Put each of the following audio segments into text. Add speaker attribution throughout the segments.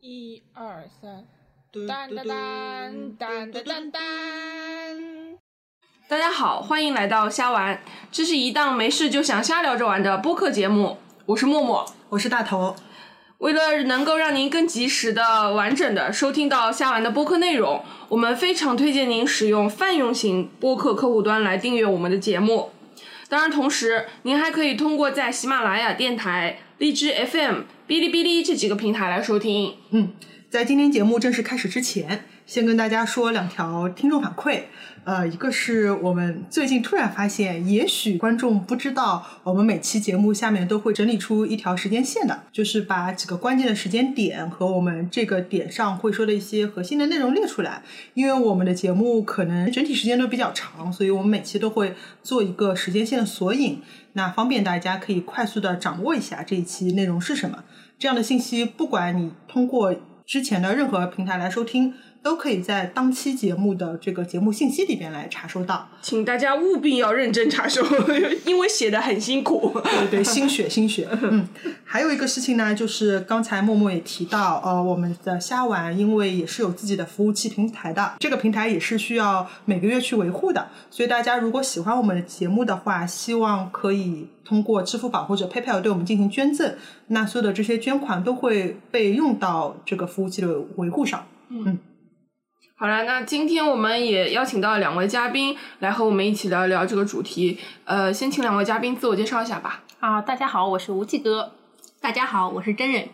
Speaker 1: 一二三，当当当当当当当！
Speaker 2: 大家好，欢迎来到瞎玩，这是一档没事就想瞎聊着玩的播客节目，我是默默。
Speaker 3: 我是大头，
Speaker 2: 为了能够让您更及时的、完整的收听到瞎玩的播客内容，我们非常推荐您使用泛用型播客客户端来订阅我们的节目。当然，同时您还可以通过在喜马拉雅电台、荔枝 FM、哔哩哔哩这几个平台来收听。
Speaker 3: 在今天节目正式开始之前，先跟大家说两条听众反馈。呃，一个是我们最近突然发现，也许观众不知道，我们每期节目下面都会整理出一条时间线的，就是把几个关键的时间点和我们这个点上会说的一些核心的内容列出来。因为我们的节目可能整体时间都比较长，所以我们每期都会做一个时间线的索引，那方便大家可以快速的掌握一下这一期内容是什么。这样的信息，不管你通过之前的任何平台来收听，都可以在当期节目的这个节目信息里边来查收到。
Speaker 2: 请大家务必要认真查收， 因为写的很辛苦。
Speaker 3: 对对，心血心血。嗯，还有一个事情呢，就是刚才默默也提到，呃，我们的虾丸因为也是有自己的服务器平台的，这个平台也是需要每个月去维护的，所以大家如果喜欢我们的节目的话，希望可以通过支付宝或者 PayPal 对我们进行捐赠，那所有的这些捐款都会被用到这个服务器的维护上。
Speaker 2: 好了，那今天我们也邀请到两位嘉宾来和我们一起聊一聊这个主题。呃，先请两位嘉宾自我介绍一下吧。
Speaker 1: 啊，大家好，我是无忌哥。
Speaker 4: 大家好，我是真人。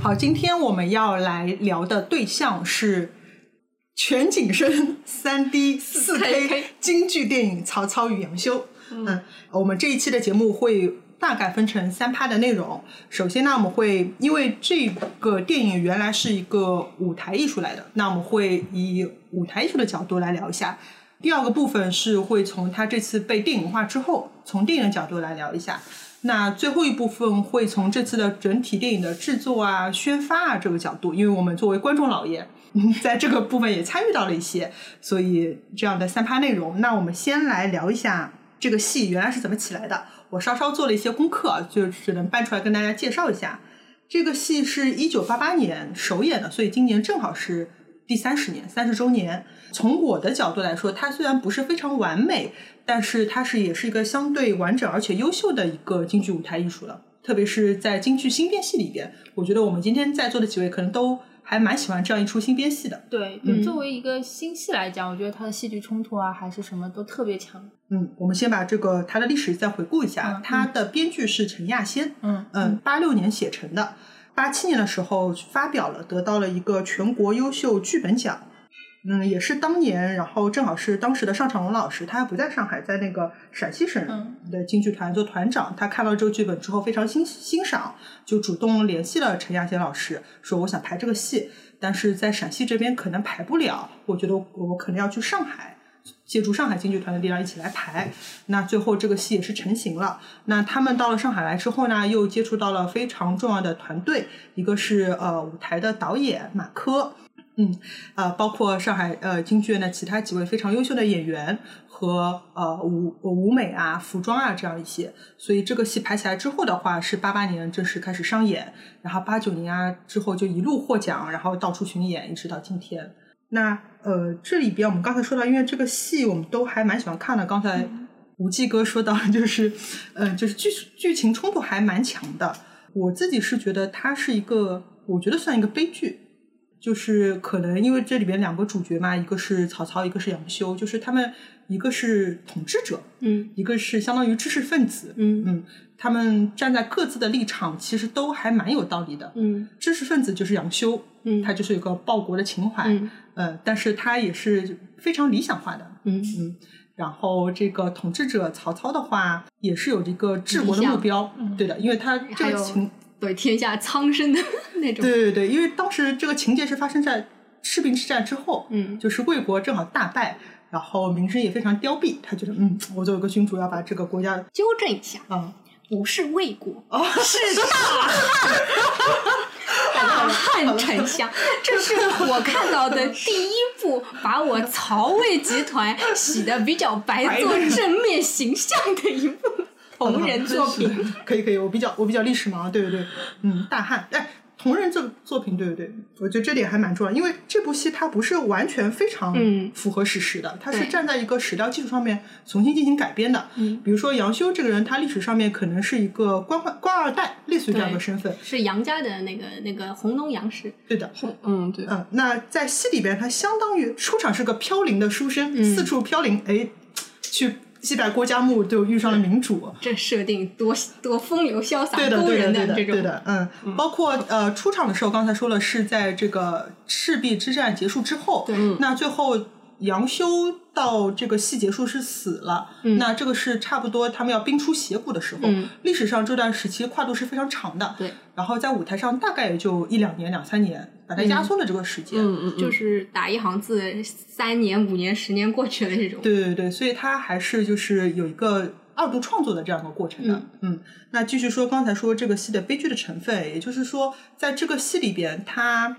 Speaker 3: 好，今天我们要来聊的对象是全景声三 D 四
Speaker 2: 4K
Speaker 3: K 京剧电影《曹操与杨修》。嗯，我们这一期的节目会大概分成三趴的内容。首先呢，我们会因为这个电影原来是一个舞台艺术来的，那我们会以舞台艺术的角度来聊一下。第二个部分是会从它这次被电影化之后，从电影的角度来聊一下。那最后一部分会从这次的整体电影的制作啊、宣发啊这个角度，因为我们作为观众老爷，嗯在这个部分也参与到了一些，所以这样的三趴内容。那我们先来聊一下这个戏原来是怎么起来的。我稍稍做了一些功课，啊就只能搬出来跟大家介绍一下。这个戏是一九八八年首演的，所以今年正好是第三十年，三十周年。从我的角度来说，它虽然不是非常完美，但是它是也是一个相对完整而且优秀的一个京剧舞台艺术了。特别是在京剧新编戏里边，我觉得我们今天在座的几位可能都还蛮喜欢这样一出新编戏的。
Speaker 4: 对，
Speaker 3: 嗯
Speaker 4: 作为一个新戏来讲，我觉得它的戏剧冲突啊，还是什么都特别强。
Speaker 3: 嗯，我们先把这个它的历史再回顾一下
Speaker 4: 嗯。
Speaker 3: 它的编剧是陈亚先，
Speaker 4: 嗯
Speaker 3: 嗯，八六年写成的，八七年的时候发表了，得到了一个全国优秀剧本奖。嗯，也是当年，然后正好是当时的尚长龙老师，他还不在上海，在那个陕西省
Speaker 4: 嗯
Speaker 3: 的京剧团做团长。他看到这个剧本之后非常欣欣赏，就主动联系了陈亚先老师，说我想排这个戏，但是在陕西这边可能排不了，我觉得我可能要去上海，借助上海京剧团的力量一起来排。那最后这个戏也是成型了。那他们到了上海来之后呢，又接触到了非常重要的团队，一个是呃舞台的导演马科，嗯，呃，包括上海呃京剧院的其他几位非常优秀的演员和呃舞舞美啊、服装啊这样一些，所以这个戏排起来之后的话，是八八年正式开始上演，然后八九年啊之后就一路获奖，然后到处巡演，一直到今天。那呃，这里边我们刚才说到，因为这个戏我们都还蛮喜欢看的。刚才无忌哥说到，就是，呃，就是剧剧情冲突还蛮强的。我自己是觉得它是一个，我觉得算一个悲剧，就是可能因为这里边两个主角嘛，一个是曹操，一个是杨修，就是他们一个是统治者，
Speaker 1: 嗯
Speaker 3: 一个是相当于知识分子，
Speaker 1: 嗯
Speaker 3: 嗯，他们站在各自的立场，其实都还蛮有道理的。
Speaker 1: 嗯
Speaker 3: 知识分子就是杨修，
Speaker 1: 嗯
Speaker 3: 他就是有个报国的情怀，
Speaker 1: 嗯
Speaker 3: 呃，但是他也是非常理想化的。
Speaker 1: 嗯
Speaker 3: 然后这个统治者曹操的话，也是有一个治国的目标，
Speaker 1: 嗯
Speaker 3: 对的，因为他这
Speaker 4: 还
Speaker 3: 个
Speaker 4: 有
Speaker 3: 情，
Speaker 4: 对天下苍生的那种
Speaker 3: 对对对，因为当时这个情节是发生在赤壁之战之后，
Speaker 1: 嗯
Speaker 3: 就是魏国正好大败，然后名声也非常凋敝，他觉得，嗯，我作为一个君主要把这个国家，
Speaker 4: 纠正一下，
Speaker 3: 嗯，
Speaker 4: 不是魏国，
Speaker 3: 哦，是
Speaker 4: 大汉丞相，这是我看到的第一部把我曹魏集团洗的比较白做正面形象的一部。同人 作品，
Speaker 3: 好的好的可以可以，我比较我比较历史盲，对对对，嗯，大汉，哎，同人这个作品，对对对，我觉得这点还蛮重要，因为这部戏它不是完全非常
Speaker 2: 嗯
Speaker 3: 符合史实的，它是
Speaker 4: 对
Speaker 3: 站在一个史料基础上面重新进行改编的。嗯，比如说杨修这个人，他历史上面可能是一个官宦官二代，类似于这样一个
Speaker 2: 对
Speaker 3: 身份，
Speaker 4: 是杨家的那个那个红东杨氏，
Speaker 3: 对的。
Speaker 2: 嗯，对，
Speaker 3: 嗯，那在戏里边，他相当于出场是个飘零的书生，
Speaker 4: 嗯
Speaker 3: 四处飘零，哎，去祭拜郭嘉墓，就遇上了明主。
Speaker 4: 这设定多多风流潇洒、
Speaker 3: 对的，
Speaker 4: 勾
Speaker 3: 对的，
Speaker 4: 人
Speaker 3: 对的，
Speaker 4: 这
Speaker 3: 对
Speaker 4: 种。
Speaker 3: 的，嗯，包括呃出场的时候，刚才说了是在这个赤壁之战结束之后，
Speaker 4: 对
Speaker 3: 那最后杨修到这个戏结束是死了，那这个是差不多他们要兵出斜谷的时候，
Speaker 4: 嗯
Speaker 3: 历史上这段时期跨度是非常长的，
Speaker 4: 对，
Speaker 3: 然后在舞台上大概也就一两年、两三年，把它压缩了这个时间，
Speaker 2: 嗯嗯嗯，
Speaker 4: 就是打一行字，三年、五年、十年过去了这种。
Speaker 3: 对对对，所以它还是就是有一个二度创作的这样一个过程的。嗯那继续说刚才说这个戏的悲剧的成分，也就是说，在这个戏里边，它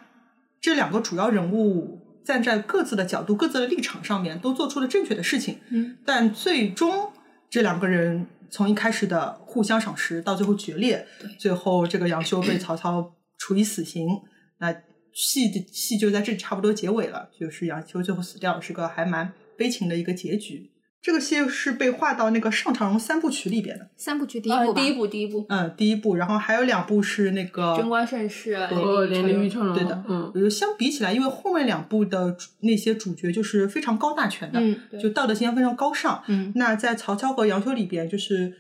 Speaker 3: 这两个主要人物站在各自的角度、各自的立场上面，都做出了正确的事情。
Speaker 4: 嗯，
Speaker 3: 但最终这两个人从一开始的互相赏识，到最后决裂，最后这个杨修被曹操处以死刑。那戏的戏就在这里差不多结尾了，就是杨修最后死掉，是个还蛮悲情的一个结局。这个戏是被划到那个上长荣三部曲里边的，
Speaker 4: 三部曲第一
Speaker 5: 呃
Speaker 4: 部吧，
Speaker 5: 第一部第一部
Speaker 3: 嗯，第一部，然后还有两部是那个
Speaker 5: 《军官盛世》
Speaker 2: 呃，连连玉成龙，
Speaker 3: 对的
Speaker 2: 嗯，
Speaker 3: 呃，相比起来，因为后面两部的主那些主角就是非常高大全的，
Speaker 4: 嗯
Speaker 5: 对
Speaker 3: 就道德形象非常高尚。
Speaker 4: 嗯
Speaker 3: 那在曹操和杨修里边，就是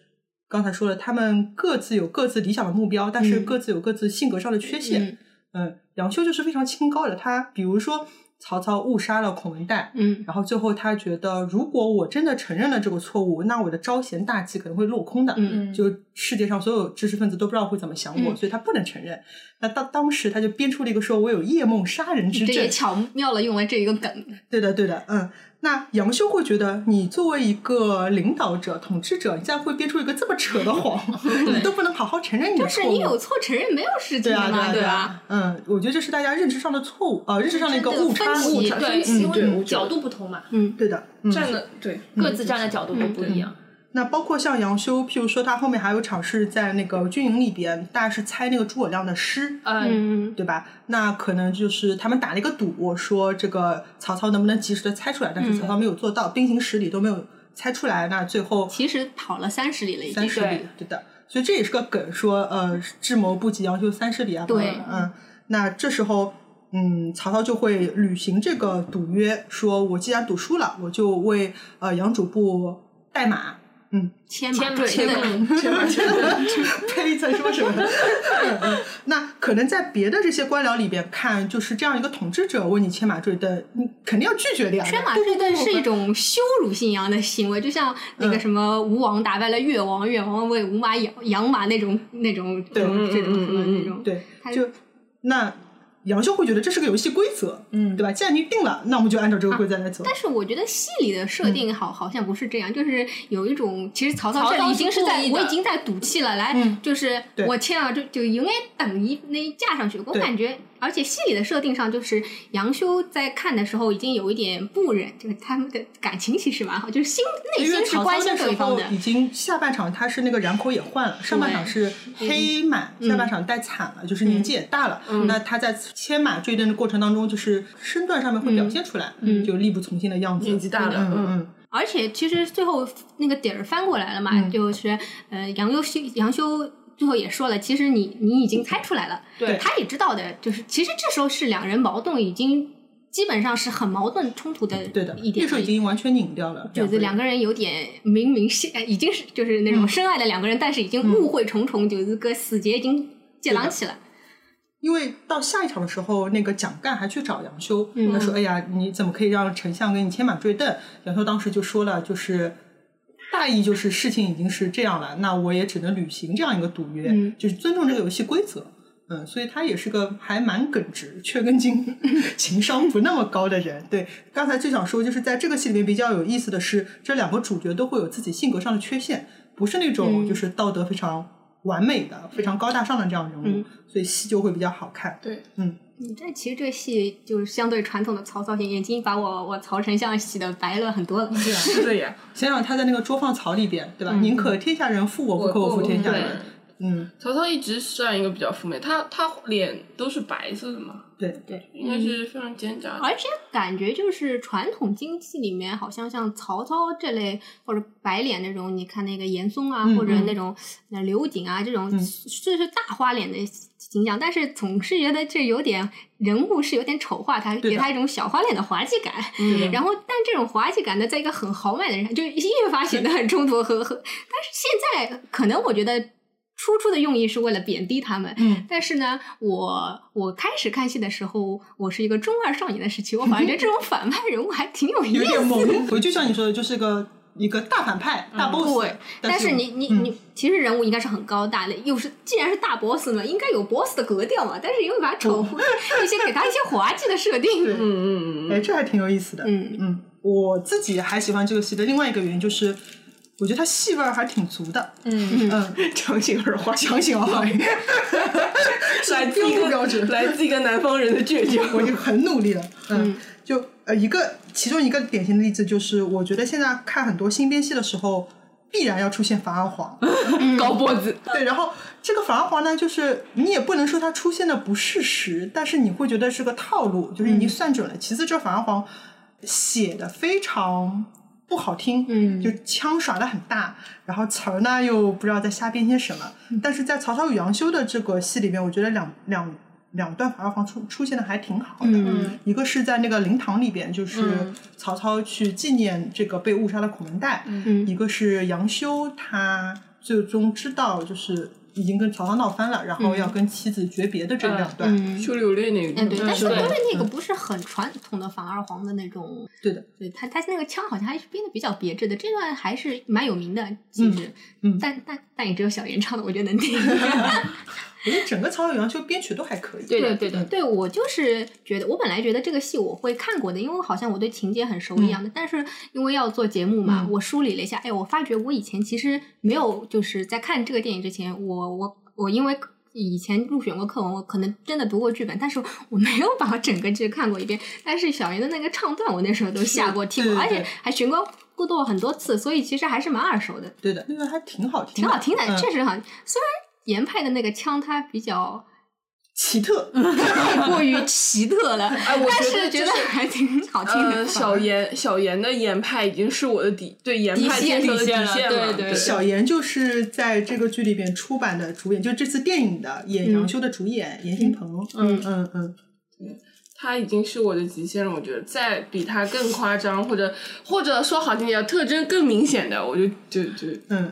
Speaker 3: 刚才说了，他们各自有各自理想的目标，但是
Speaker 4: 嗯
Speaker 3: 各自有各自性格上的缺陷
Speaker 4: 嗯。
Speaker 3: 嗯，杨修就是非常清高的，他比如说曹操误杀了孔文带。
Speaker 4: 嗯
Speaker 3: 然后最后，他觉得如果我真的承认了这个错误，那我的招贤大计可能会落空的。
Speaker 4: 嗯
Speaker 5: 嗯，
Speaker 3: 就世界上所有知识分子都不知道会怎么想我，
Speaker 4: 嗯
Speaker 3: 所以他不能承认。那当当时他就编出了一个说我有夜梦杀人之
Speaker 4: 这也
Speaker 3: 症，
Speaker 4: 巧妙了用了这一个梗。
Speaker 3: 对的，对的，嗯。那杨修会觉得你作为一个领导者、统治者，你竟然会编出一个这么扯 的谎，你都不能好好承认你的
Speaker 4: 就是
Speaker 3: 错误
Speaker 4: 你有错承认没有事情
Speaker 3: 对
Speaker 4: 的
Speaker 3: 啊，对
Speaker 4: 嘛，
Speaker 3: 啊，
Speaker 4: 对吧？
Speaker 3: 啊，嗯，我觉得这是大家认知上的错误，呃，认知上的一个误差，
Speaker 4: 分析
Speaker 3: 误
Speaker 5: 你
Speaker 3: 差，
Speaker 5: 对，
Speaker 3: 嗯，
Speaker 5: 因
Speaker 3: 对，
Speaker 5: 为
Speaker 3: 我觉
Speaker 5: 角
Speaker 3: 得
Speaker 5: 度不同嘛，
Speaker 3: 对的，嗯。
Speaker 2: 站的对，
Speaker 5: 各自站的角度都不一样。
Speaker 3: 那包括像杨修，譬如说他后面还有场是在那个军营里边，大家是猜那个诸葛亮的诗，
Speaker 5: 嗯，
Speaker 4: 嗯，
Speaker 3: 对吧？那可能就是他们打了一个赌，说这个曹操能不能及时的猜出来，但是曹操没有做到，兵行十里都没有猜出来，那最后
Speaker 4: 其实跑了三十里了已
Speaker 3: 三
Speaker 4: 经。
Speaker 3: 十里，对的。所以这也是个梗，说呃智谋不及杨修三十里啊，
Speaker 4: 对
Speaker 3: 嗯，那这时候。嗯，曹操就会履行这个赌约，说我既然赌输了，我就为呃杨主簿代马，
Speaker 4: 牵
Speaker 5: 千
Speaker 4: 马
Speaker 5: 马
Speaker 4: 车的
Speaker 5: 千
Speaker 3: 千万千万，呸，在说什么？嗯嗯那可能在别的这些官僚里边看，就是这样一个统治者为你牵马坠灯，你肯定要拒绝的呀。
Speaker 4: 牵马坠镫是一种羞辱性一样的行为，就像那
Speaker 3: 嗯
Speaker 4: 个什么吴王打败了越王，越王为吴马养养马那种那种这
Speaker 3: 嗯
Speaker 4: 种这种什么那种，
Speaker 3: 对，
Speaker 4: 他
Speaker 3: 就那杨修会觉得这是个游戏规则，嗯，对吧？既然你定了，那我们就按照这个规则来走。
Speaker 4: 但是我觉得戏里的设
Speaker 3: 嗯
Speaker 4: 定好好像不是这样，就是有一种其实曹操
Speaker 5: 曹
Speaker 4: 这
Speaker 5: 操
Speaker 4: 里已
Speaker 5: 是
Speaker 4: 经是
Speaker 5: 故
Speaker 4: 在
Speaker 5: 意
Speaker 4: 我已
Speaker 5: 的
Speaker 4: 经在赌气了，来、
Speaker 3: 嗯
Speaker 4: 就是
Speaker 3: 对
Speaker 4: 我签啊了就就应该等一那一架上去。我
Speaker 3: 对
Speaker 4: 感觉，而且戏里的设定上就是杨修在看的时候已经有一点不忍，就是他们的感情其实蛮好，就是心内
Speaker 3: 因为
Speaker 4: 心是
Speaker 3: 曹操
Speaker 4: 关心
Speaker 3: 那时
Speaker 4: 对方
Speaker 3: 候
Speaker 4: 的。
Speaker 3: 已经下半场他是那个染口也换了，上半场是黑马，下半场带惨了，就是年纪也大了。那他在牵马坠镫的过程当中，就是身段上面会表现出来，
Speaker 4: 嗯
Speaker 3: 就力不从心的样子。
Speaker 2: 年纪大了，
Speaker 3: 嗯
Speaker 2: 嗯，
Speaker 3: 嗯
Speaker 4: 而且其实最后那个底儿翻过来了嘛，
Speaker 3: 嗯
Speaker 4: 就是呃杨修杨修最后也说了，其实你你已经猜出来了，
Speaker 3: 对
Speaker 4: 他也知道的，就是其实这时候是两人矛盾已经基本上是很矛盾冲突的，
Speaker 3: 嗯对的，
Speaker 4: 一点
Speaker 3: 那时候已经完全拧掉了，
Speaker 4: 就是两
Speaker 3: 个
Speaker 4: 个人有点明明是呃已经是就是那种深爱的两个人，但是已经误会重重，就是个死结已经结狼起了，
Speaker 3: 因为到下一场的时候，那个蒋干还去找杨修，
Speaker 4: 嗯
Speaker 3: 他说：“哎呀，你怎么可以让丞相给你牵马坠镫？”杨修当时就说了，就是大意就是事情已经是这样了，那我也只能履行这样一个赌约，
Speaker 4: 嗯
Speaker 3: 就是尊重这个游戏规则。嗯，所以他也是个还蛮耿直、缺根筋、 情商不那么高的人。对，刚才就想说，就是在这个戏里面比较有意思的是，这两个主角都会有自己性格上的缺陷，不是那种
Speaker 4: 嗯
Speaker 3: 就是道德非常完美的、非常高大上的这样人物，
Speaker 4: 嗯
Speaker 3: 所以戏就会比较好看。
Speaker 2: 对，
Speaker 3: 嗯，
Speaker 4: 嗯但其实这个戏就是相对传统的曹操型，已经把我我曹丞相洗的白了很多了。
Speaker 3: 对啊，
Speaker 2: 是的呀，
Speaker 3: 想想他在那个桌放曹里边，对吧？宁可天下人负我，不可我负天下人。嗯，
Speaker 2: 曹操一直算一个比较负面，他他脸都是白色的嘛，
Speaker 3: 对，
Speaker 2: 应该是非常奸诈的。
Speaker 4: 而且感觉就是传统经济里面，好像像曹操这类或者白脸那种，你看那个严嵩啊，
Speaker 3: 嗯
Speaker 4: 或者那种呃刘瑾啊这种，
Speaker 3: 嗯
Speaker 4: 这是大花脸的形象，但是总是觉得这有点人物是有点丑化他，
Speaker 3: 对的
Speaker 4: 给他一种小花脸的滑稽感。
Speaker 2: 嗯，
Speaker 4: 然后，但这种滑稽感呢，在一个很豪迈的人，就越发显得很冲突和和。但是现在，可能我觉得初出的用意是为了贬低他们。
Speaker 3: 嗯，
Speaker 4: 但是呢，我我开始看戏的时候，我是一个中二少年的时期，我反而觉得这种反派人物还挺有意
Speaker 3: 嗯有
Speaker 4: 思。
Speaker 3: 点懵。我就像你说的，就是个 一个大反派、大 boss
Speaker 4: 对。但
Speaker 3: 但
Speaker 4: 是你你
Speaker 3: 嗯
Speaker 4: 你，其实人物应该是很高大的，又是既然是大 boss 嘛，应该有 boss 的格调嘛。但是因为把它丑化，
Speaker 3: 嗯
Speaker 4: 一些给他一些滑稽的设定。
Speaker 3: 对
Speaker 2: 嗯嗯嗯
Speaker 3: 哎，这还挺有意思的。
Speaker 4: 嗯，
Speaker 3: 嗯，我自己还喜欢这个戏的另外一个原因就是，我觉得它戏味儿还挺足的。
Speaker 5: 嗯，
Speaker 3: 嗯，
Speaker 2: 嗯，强行而化，
Speaker 3: 强行啊，
Speaker 2: 来自一
Speaker 3: 标
Speaker 2: 个
Speaker 3: 不标准
Speaker 2: 来自一个南方人的倔强。
Speaker 3: 我已经很努力了。嗯，
Speaker 4: 嗯
Speaker 3: 就呃一个其中一个典型的例子就是，我觉得现在看很多新编戏的时候，必然要出现樊二黄。
Speaker 2: 高脖子，
Speaker 3: 对，然后这个樊华呢，就是你也不能说它出现的不事实，但是你会觉得是个套路，就是
Speaker 4: 嗯
Speaker 3: 你已经算准了。其次，这樊华写的非常不好听，
Speaker 4: 嗯
Speaker 3: 就枪耍的很大，然后词儿呢又不知道在瞎编些什么。
Speaker 4: 嗯
Speaker 3: 但是在曹操与杨修的这个戏里面，我觉得两两两段樊二黄出出现的还挺好的。
Speaker 4: 嗯
Speaker 3: 一个是在那个灵堂里边，就是
Speaker 5: 嗯
Speaker 3: 曹操去纪念这个被误杀的孔明带，
Speaker 4: 嗯
Speaker 3: 一个是杨修，他最终知道就是已经跟曹操闹翻了，然后要跟妻子诀别的这两段，
Speaker 4: 嗯。
Speaker 2: 就流泪那个地
Speaker 4: 嗯，
Speaker 2: 方。
Speaker 4: 对，但是
Speaker 5: 对
Speaker 4: 因为那个不是很传统的反二黄的那种，
Speaker 3: 对的，
Speaker 4: 对他他那个腔好像还是编的比较别致的，这段还是蛮有名的，其实，
Speaker 3: 嗯嗯
Speaker 4: 但但但也只有小原唱的，我觉得能听。
Speaker 3: 我觉得整个曹操与杨修编曲都还可以。嗯
Speaker 5: 对的对的，
Speaker 4: 对我就是觉得，我本来觉得这个戏我会看过的，因为好像我对情节很熟一样的。但是因为要做节目嘛，
Speaker 3: 嗯
Speaker 4: 我梳理了一下，哎，我发觉我以前其实没有，就是在看这个电影之前，我我我因为。以前入选过课文，我可能真的读过剧本，但是我没有把整个剧看过一遍。但是小云的那个唱段，我那时候都下过听过，
Speaker 3: 对对对
Speaker 4: 而且还循规过渡很多次，所以其实还是蛮耳熟的。
Speaker 3: 对的，那个还挺好听的，
Speaker 4: 挺好听的，
Speaker 3: 嗯
Speaker 4: 确实好。虽然严派的那个腔它比较
Speaker 3: 奇特。
Speaker 4: 太过于奇特 了，
Speaker 2: 哎，我
Speaker 4: 但
Speaker 2: 觉
Speaker 4: 是
Speaker 2: 得
Speaker 4: 觉
Speaker 2: 就
Speaker 4: 得
Speaker 2: 是。
Speaker 4: 还挺好听的。
Speaker 2: 呃，小严小严的严派已经是我的底对严
Speaker 4: 底
Speaker 2: 派
Speaker 4: 线
Speaker 2: 接受
Speaker 4: 底
Speaker 2: 的底
Speaker 4: 线了
Speaker 2: 线
Speaker 4: 对对
Speaker 2: 了。对，
Speaker 4: 对
Speaker 3: 小严就是在这个剧里边出版的主演，就这次电影的演杨修的主演严新鹏。
Speaker 4: 嗯
Speaker 3: 嗯嗯，
Speaker 2: 他已经是我的极限了，我觉得再比他更夸张，或者或者说好听点，特征更明显的，我就就就
Speaker 3: 嗯，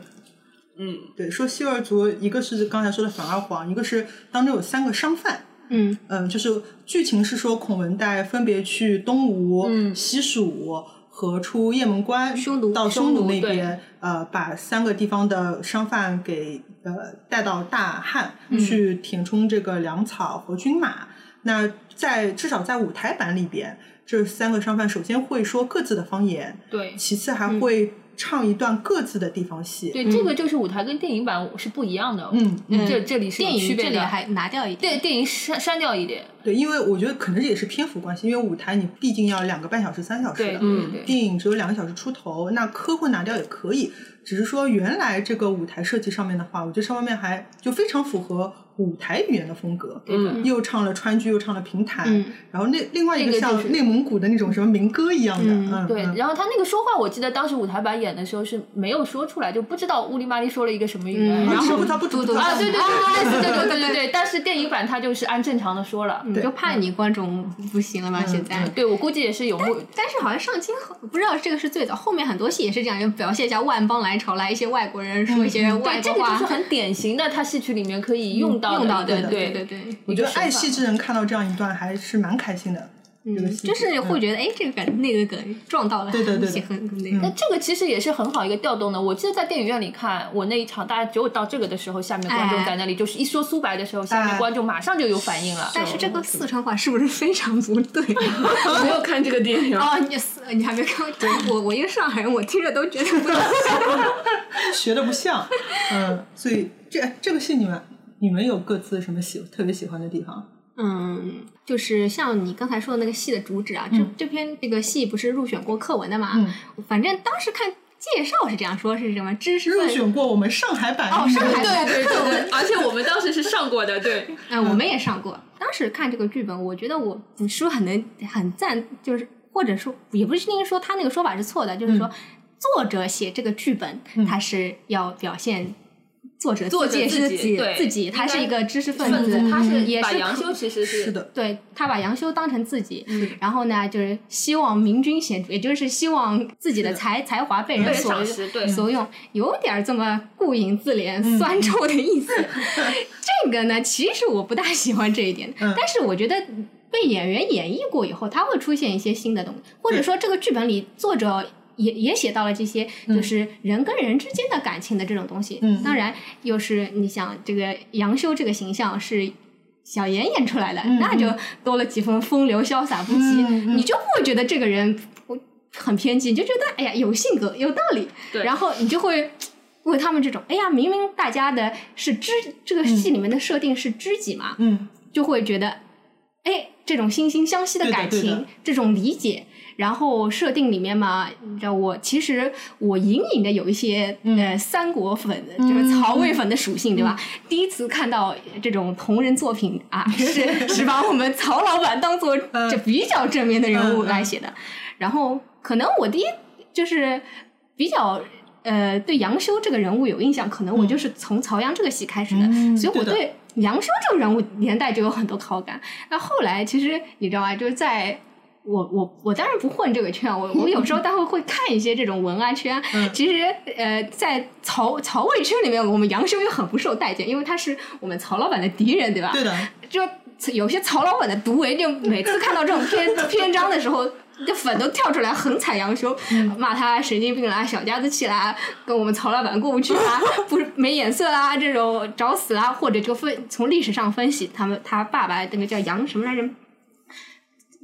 Speaker 2: 嗯，
Speaker 3: 对，说西尔族，一个是刚才说的反二黄，一个是当中有三个商贩，
Speaker 4: 嗯
Speaker 3: 嗯，就是剧情是说孔文带分别去东吴、
Speaker 5: 嗯
Speaker 3: 西蜀和出雁门关，
Speaker 4: 匈奴
Speaker 3: 到匈
Speaker 5: 匈
Speaker 3: 奴
Speaker 5: 奴
Speaker 3: 那
Speaker 5: 对
Speaker 3: 边，呃，把三个地方的商贩给呃带到大汉、去填充这个粮草和军马。那在至少在舞台版里边，这三个商贩首先会说各自的方言，
Speaker 5: 对
Speaker 3: 其次还会唱一段各自的地方戏。
Speaker 5: 对，这个就是舞台跟电影版是不一样的，
Speaker 3: 嗯，
Speaker 5: 嗯，这这里是有
Speaker 4: 电
Speaker 5: 区
Speaker 4: 影
Speaker 5: 别
Speaker 4: 这里
Speaker 5: 的，
Speaker 4: 还拿掉一
Speaker 5: 电
Speaker 4: 点，
Speaker 5: 电影删删掉一点，
Speaker 3: 对，因为我觉得可能这也是篇幅关系，因为舞台你毕竟要两个半小时、三小时的，
Speaker 5: 对
Speaker 2: 嗯
Speaker 5: 对对，
Speaker 3: 电影只有两个小时出头，那科幻拿掉也可以，只是说原来这个舞台设计上面的话，我觉得上面还就非常符合舞台语言的风格，
Speaker 5: 对的
Speaker 2: 嗯
Speaker 3: 又唱了川剧，又唱了评弹，
Speaker 4: 嗯
Speaker 3: 然后那另外一
Speaker 5: 那个就
Speaker 3: 像
Speaker 5: 是
Speaker 3: 内蒙古的那种什么民歌一样的，
Speaker 4: 嗯
Speaker 3: 嗯，
Speaker 5: 对，
Speaker 3: 嗯
Speaker 5: 然后他那个说话，我记得当时舞台版演的时候是没有说出来，就不知道乌里麻里说了一个什么语
Speaker 4: 嗯
Speaker 5: 言，然
Speaker 3: 啊
Speaker 5: 后
Speaker 3: 吃 葡萄不吐
Speaker 4: 嘟
Speaker 3: 葡
Speaker 4: 嘟
Speaker 3: 萄
Speaker 5: 啊，
Speaker 3: 皮
Speaker 5: 对对对，类似这种，对对对。但是电影版他就是按正常的说了，
Speaker 4: 嗯就怕你观众不行了吧？
Speaker 3: 嗯
Speaker 4: 现在。
Speaker 5: 对我估计也是有目，
Speaker 4: 但是好像上清后不知道这个是最早，后面很多戏也是这样，就表现一下万邦来朝来一些外国人说一些外
Speaker 5: 对，这
Speaker 4: 国
Speaker 5: 个就
Speaker 4: 话
Speaker 5: 是，很典型的，他戏曲里面可以嗯用到
Speaker 4: 用到
Speaker 5: 的一个，
Speaker 4: 对对
Speaker 5: 对
Speaker 4: 对，
Speaker 3: 我觉得爱戏之人看到这样一段还是蛮开心的，这个
Speaker 4: 嗯，
Speaker 3: 戏
Speaker 4: 就是会觉得哎，这个梗那个
Speaker 3: 嗯
Speaker 4: 梗撞到了，
Speaker 3: 对对对对
Speaker 4: 很很那
Speaker 5: 那
Speaker 3: 嗯
Speaker 4: 个，
Speaker 5: 这个其实也是很好一个调动的。我记得在电影院里看，我那一场大家只有到这个的时候，下面观众
Speaker 4: 哎
Speaker 5: 在那里就是一说苏白的时候，下
Speaker 3: 哎
Speaker 5: 面观众马上就有反应了。
Speaker 4: 但是这个四川话是不是非常不对？
Speaker 2: 我没有看这个电影，
Speaker 4: 哦，你死你还没看过？我我一个上海人，我听着都觉得不
Speaker 3: 学的不像，哎嗯，所以这这个戏你们你们有各自什么喜特别喜欢的地方？
Speaker 4: 嗯，就是像你刚才说的那个戏的主旨啊，
Speaker 3: 嗯
Speaker 4: 这这篇这个戏不是入选过课文的嘛？
Speaker 3: 嗯，
Speaker 4: 反正当时看介绍是这样说，是什么知识
Speaker 3: 入
Speaker 4: 分
Speaker 3: 选过我们上海版
Speaker 4: 哦上海版
Speaker 2: 对对对， 而且我们当时是上过的，对，
Speaker 4: 嗯，我们也上过。当时看这个剧本，我觉得我不是很能很赞，就是或者说也不是因为说他那个说法是错的，
Speaker 2: 嗯
Speaker 4: 就是说、作者写这个剧本，他是要表现作者
Speaker 2: 作
Speaker 4: 自己
Speaker 2: 者
Speaker 4: 也
Speaker 2: 自
Speaker 4: 是
Speaker 2: 己
Speaker 4: 自己
Speaker 2: 对
Speaker 4: 自己，他
Speaker 2: 应该
Speaker 4: 是一个知识分
Speaker 2: 分
Speaker 4: 子嗯
Speaker 2: 子，他是
Speaker 4: 也
Speaker 2: 嗯把
Speaker 4: 是
Speaker 2: 杨
Speaker 4: 可
Speaker 2: 修其实
Speaker 3: 是的，
Speaker 4: 对他把杨修当成自己，
Speaker 2: 嗯
Speaker 4: 然后呢，就是希望明君贤主，也就是希望自己的
Speaker 3: 是的
Speaker 4: 才才华被
Speaker 2: 被
Speaker 4: 人
Speaker 2: 人
Speaker 4: 所
Speaker 2: 赏识，对，
Speaker 4: 所用，有点儿这么顾影自怜、
Speaker 3: 嗯
Speaker 4: 酸臭的意 思。这个呢，其实我不大喜欢这一点，
Speaker 3: 嗯
Speaker 4: 但是我觉得被演员演绎过以后，它会出现一些新的东西，或者
Speaker 3: 对
Speaker 4: 说这个剧本里作者。也也写到了这些，就是人跟人之间的感情的这种东西。
Speaker 3: 嗯
Speaker 4: 当然，又是你想这个杨修这个形象是小妍演出来的，
Speaker 3: 嗯
Speaker 4: 那就多了几分风流潇洒不羁，
Speaker 3: 嗯嗯
Speaker 4: 你就不会觉得这个人很偏激，你就觉得哎呀有性格有道理，
Speaker 2: 对
Speaker 4: 然后你就会为他们这种，哎呀，明明大家的是知这个戏里面的设定是知己嘛，
Speaker 3: 嗯，
Speaker 4: 就会觉得，哎，这种惺惺相惜的
Speaker 3: 对的
Speaker 4: 感
Speaker 3: 对的
Speaker 4: 情，这种理解。然后设定里面嘛，你知道我其实我隐隐的有一些、
Speaker 3: 嗯
Speaker 4: 呃三国粉，就是曹魏粉的属性，对吧？
Speaker 3: 嗯
Speaker 4: 第一次看到这种同人作品 啊，是是把我们曹老板当做
Speaker 3: 嗯
Speaker 4: 就比较正面的人物
Speaker 3: 嗯嗯
Speaker 4: 来写的。然后可能我第一就是比较呃对杨修这个人物有印象，可能我就是从曹阳这个戏开始的，
Speaker 3: 嗯
Speaker 4: 所以我
Speaker 3: 对的
Speaker 4: 对杨修这个人物年代就有很多好感。那后来其实你知道啊，就是在。我我我当然不混这个圈啊，我我有时候待会会看一些这种文啊圈。
Speaker 3: 嗯
Speaker 4: 其实呃，在曹曹魏圈里面，我们杨修又很不受待见，因为他是我们曹老板的敌人，对吧？
Speaker 3: 对的，
Speaker 4: 就有些曹老板的独为，就每次看到这种篇 篇章的时候，这粉都跳出来横踩杨修，骂他神经病啦、啊小家子气啦，跟我们曹老板过不去啦， 不是没眼色啦，这种找死啦，或者就分从历史上分析，他们他爸爸那个叫杨什么来着，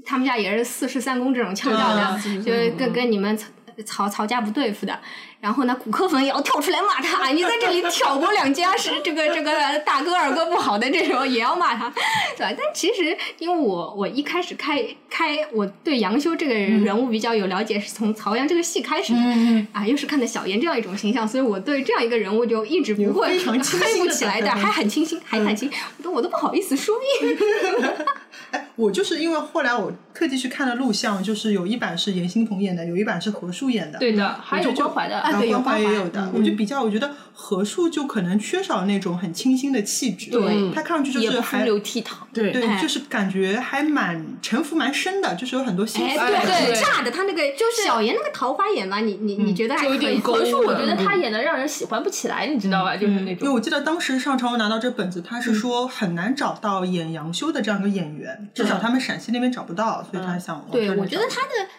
Speaker 4: 他们家也是四世三公这种腔调的，
Speaker 2: 嗯
Speaker 4: 就是跟跟你们曹曹曹家不对付的。然后呢，骨科粉也要跳出来骂他，你在这里挑拨两家是这个 这个大哥二哥不好的这种也要骂他，对吧？但其实因为我我一开始开开我对杨修这个人物比较有了解，是从曹阳这个戏开始的。
Speaker 3: 嗯
Speaker 4: 啊，又是看的小妍这样一种形象，所以我对这样一个人物就一直不
Speaker 3: 有
Speaker 4: 会
Speaker 3: 非常清
Speaker 4: 黑
Speaker 3: 晰
Speaker 4: 不
Speaker 3: 的嗯
Speaker 4: 起来的，
Speaker 3: 感受
Speaker 4: 还很清新，还很清，我都我都不好意思说
Speaker 3: 哎，我就是因为后来我特地去看了录像，就是有一版是严欣鹏演的，有一版是何树演的，
Speaker 2: 对的，
Speaker 5: 还有关怀的，
Speaker 3: 然
Speaker 4: 啊
Speaker 3: 后
Speaker 4: 对有嗯
Speaker 3: 关
Speaker 4: 关
Speaker 3: 怀也
Speaker 4: 怀
Speaker 3: 有的，我就比较，我觉得何树就可能缺少那种很清新的气质，
Speaker 5: 对
Speaker 3: 他看上去就
Speaker 5: 也
Speaker 3: 是
Speaker 5: 不风
Speaker 3: 还
Speaker 5: 流倜傥。
Speaker 2: 对
Speaker 3: 对，
Speaker 4: 哎
Speaker 3: 就是感觉还蛮沉浮蛮深的，就是有很多心
Speaker 4: 哎，
Speaker 3: 思。
Speaker 2: 哎
Speaker 4: 对，
Speaker 2: 对
Speaker 4: 很炸的，他那个就是小妍那个桃花眼嘛，你你
Speaker 3: 嗯
Speaker 4: 你觉得还
Speaker 2: 就有
Speaker 4: 可
Speaker 2: 点
Speaker 4: 以
Speaker 2: 勾
Speaker 5: 可是我
Speaker 2: 的
Speaker 5: 觉得他演的让人喜欢不起来，你知道吧？就是
Speaker 3: 嗯因
Speaker 5: 那
Speaker 3: 为
Speaker 5: 种
Speaker 3: 我记得当时上朝文拿到这本子，他
Speaker 4: 嗯
Speaker 3: 是说很难找到演杨修的这样一个演员，至少他们陕西那边找不到，所以他想往
Speaker 4: 嗯
Speaker 3: 这
Speaker 4: 对，
Speaker 3: 里
Speaker 4: 我觉得
Speaker 3: 哦找
Speaker 4: 他的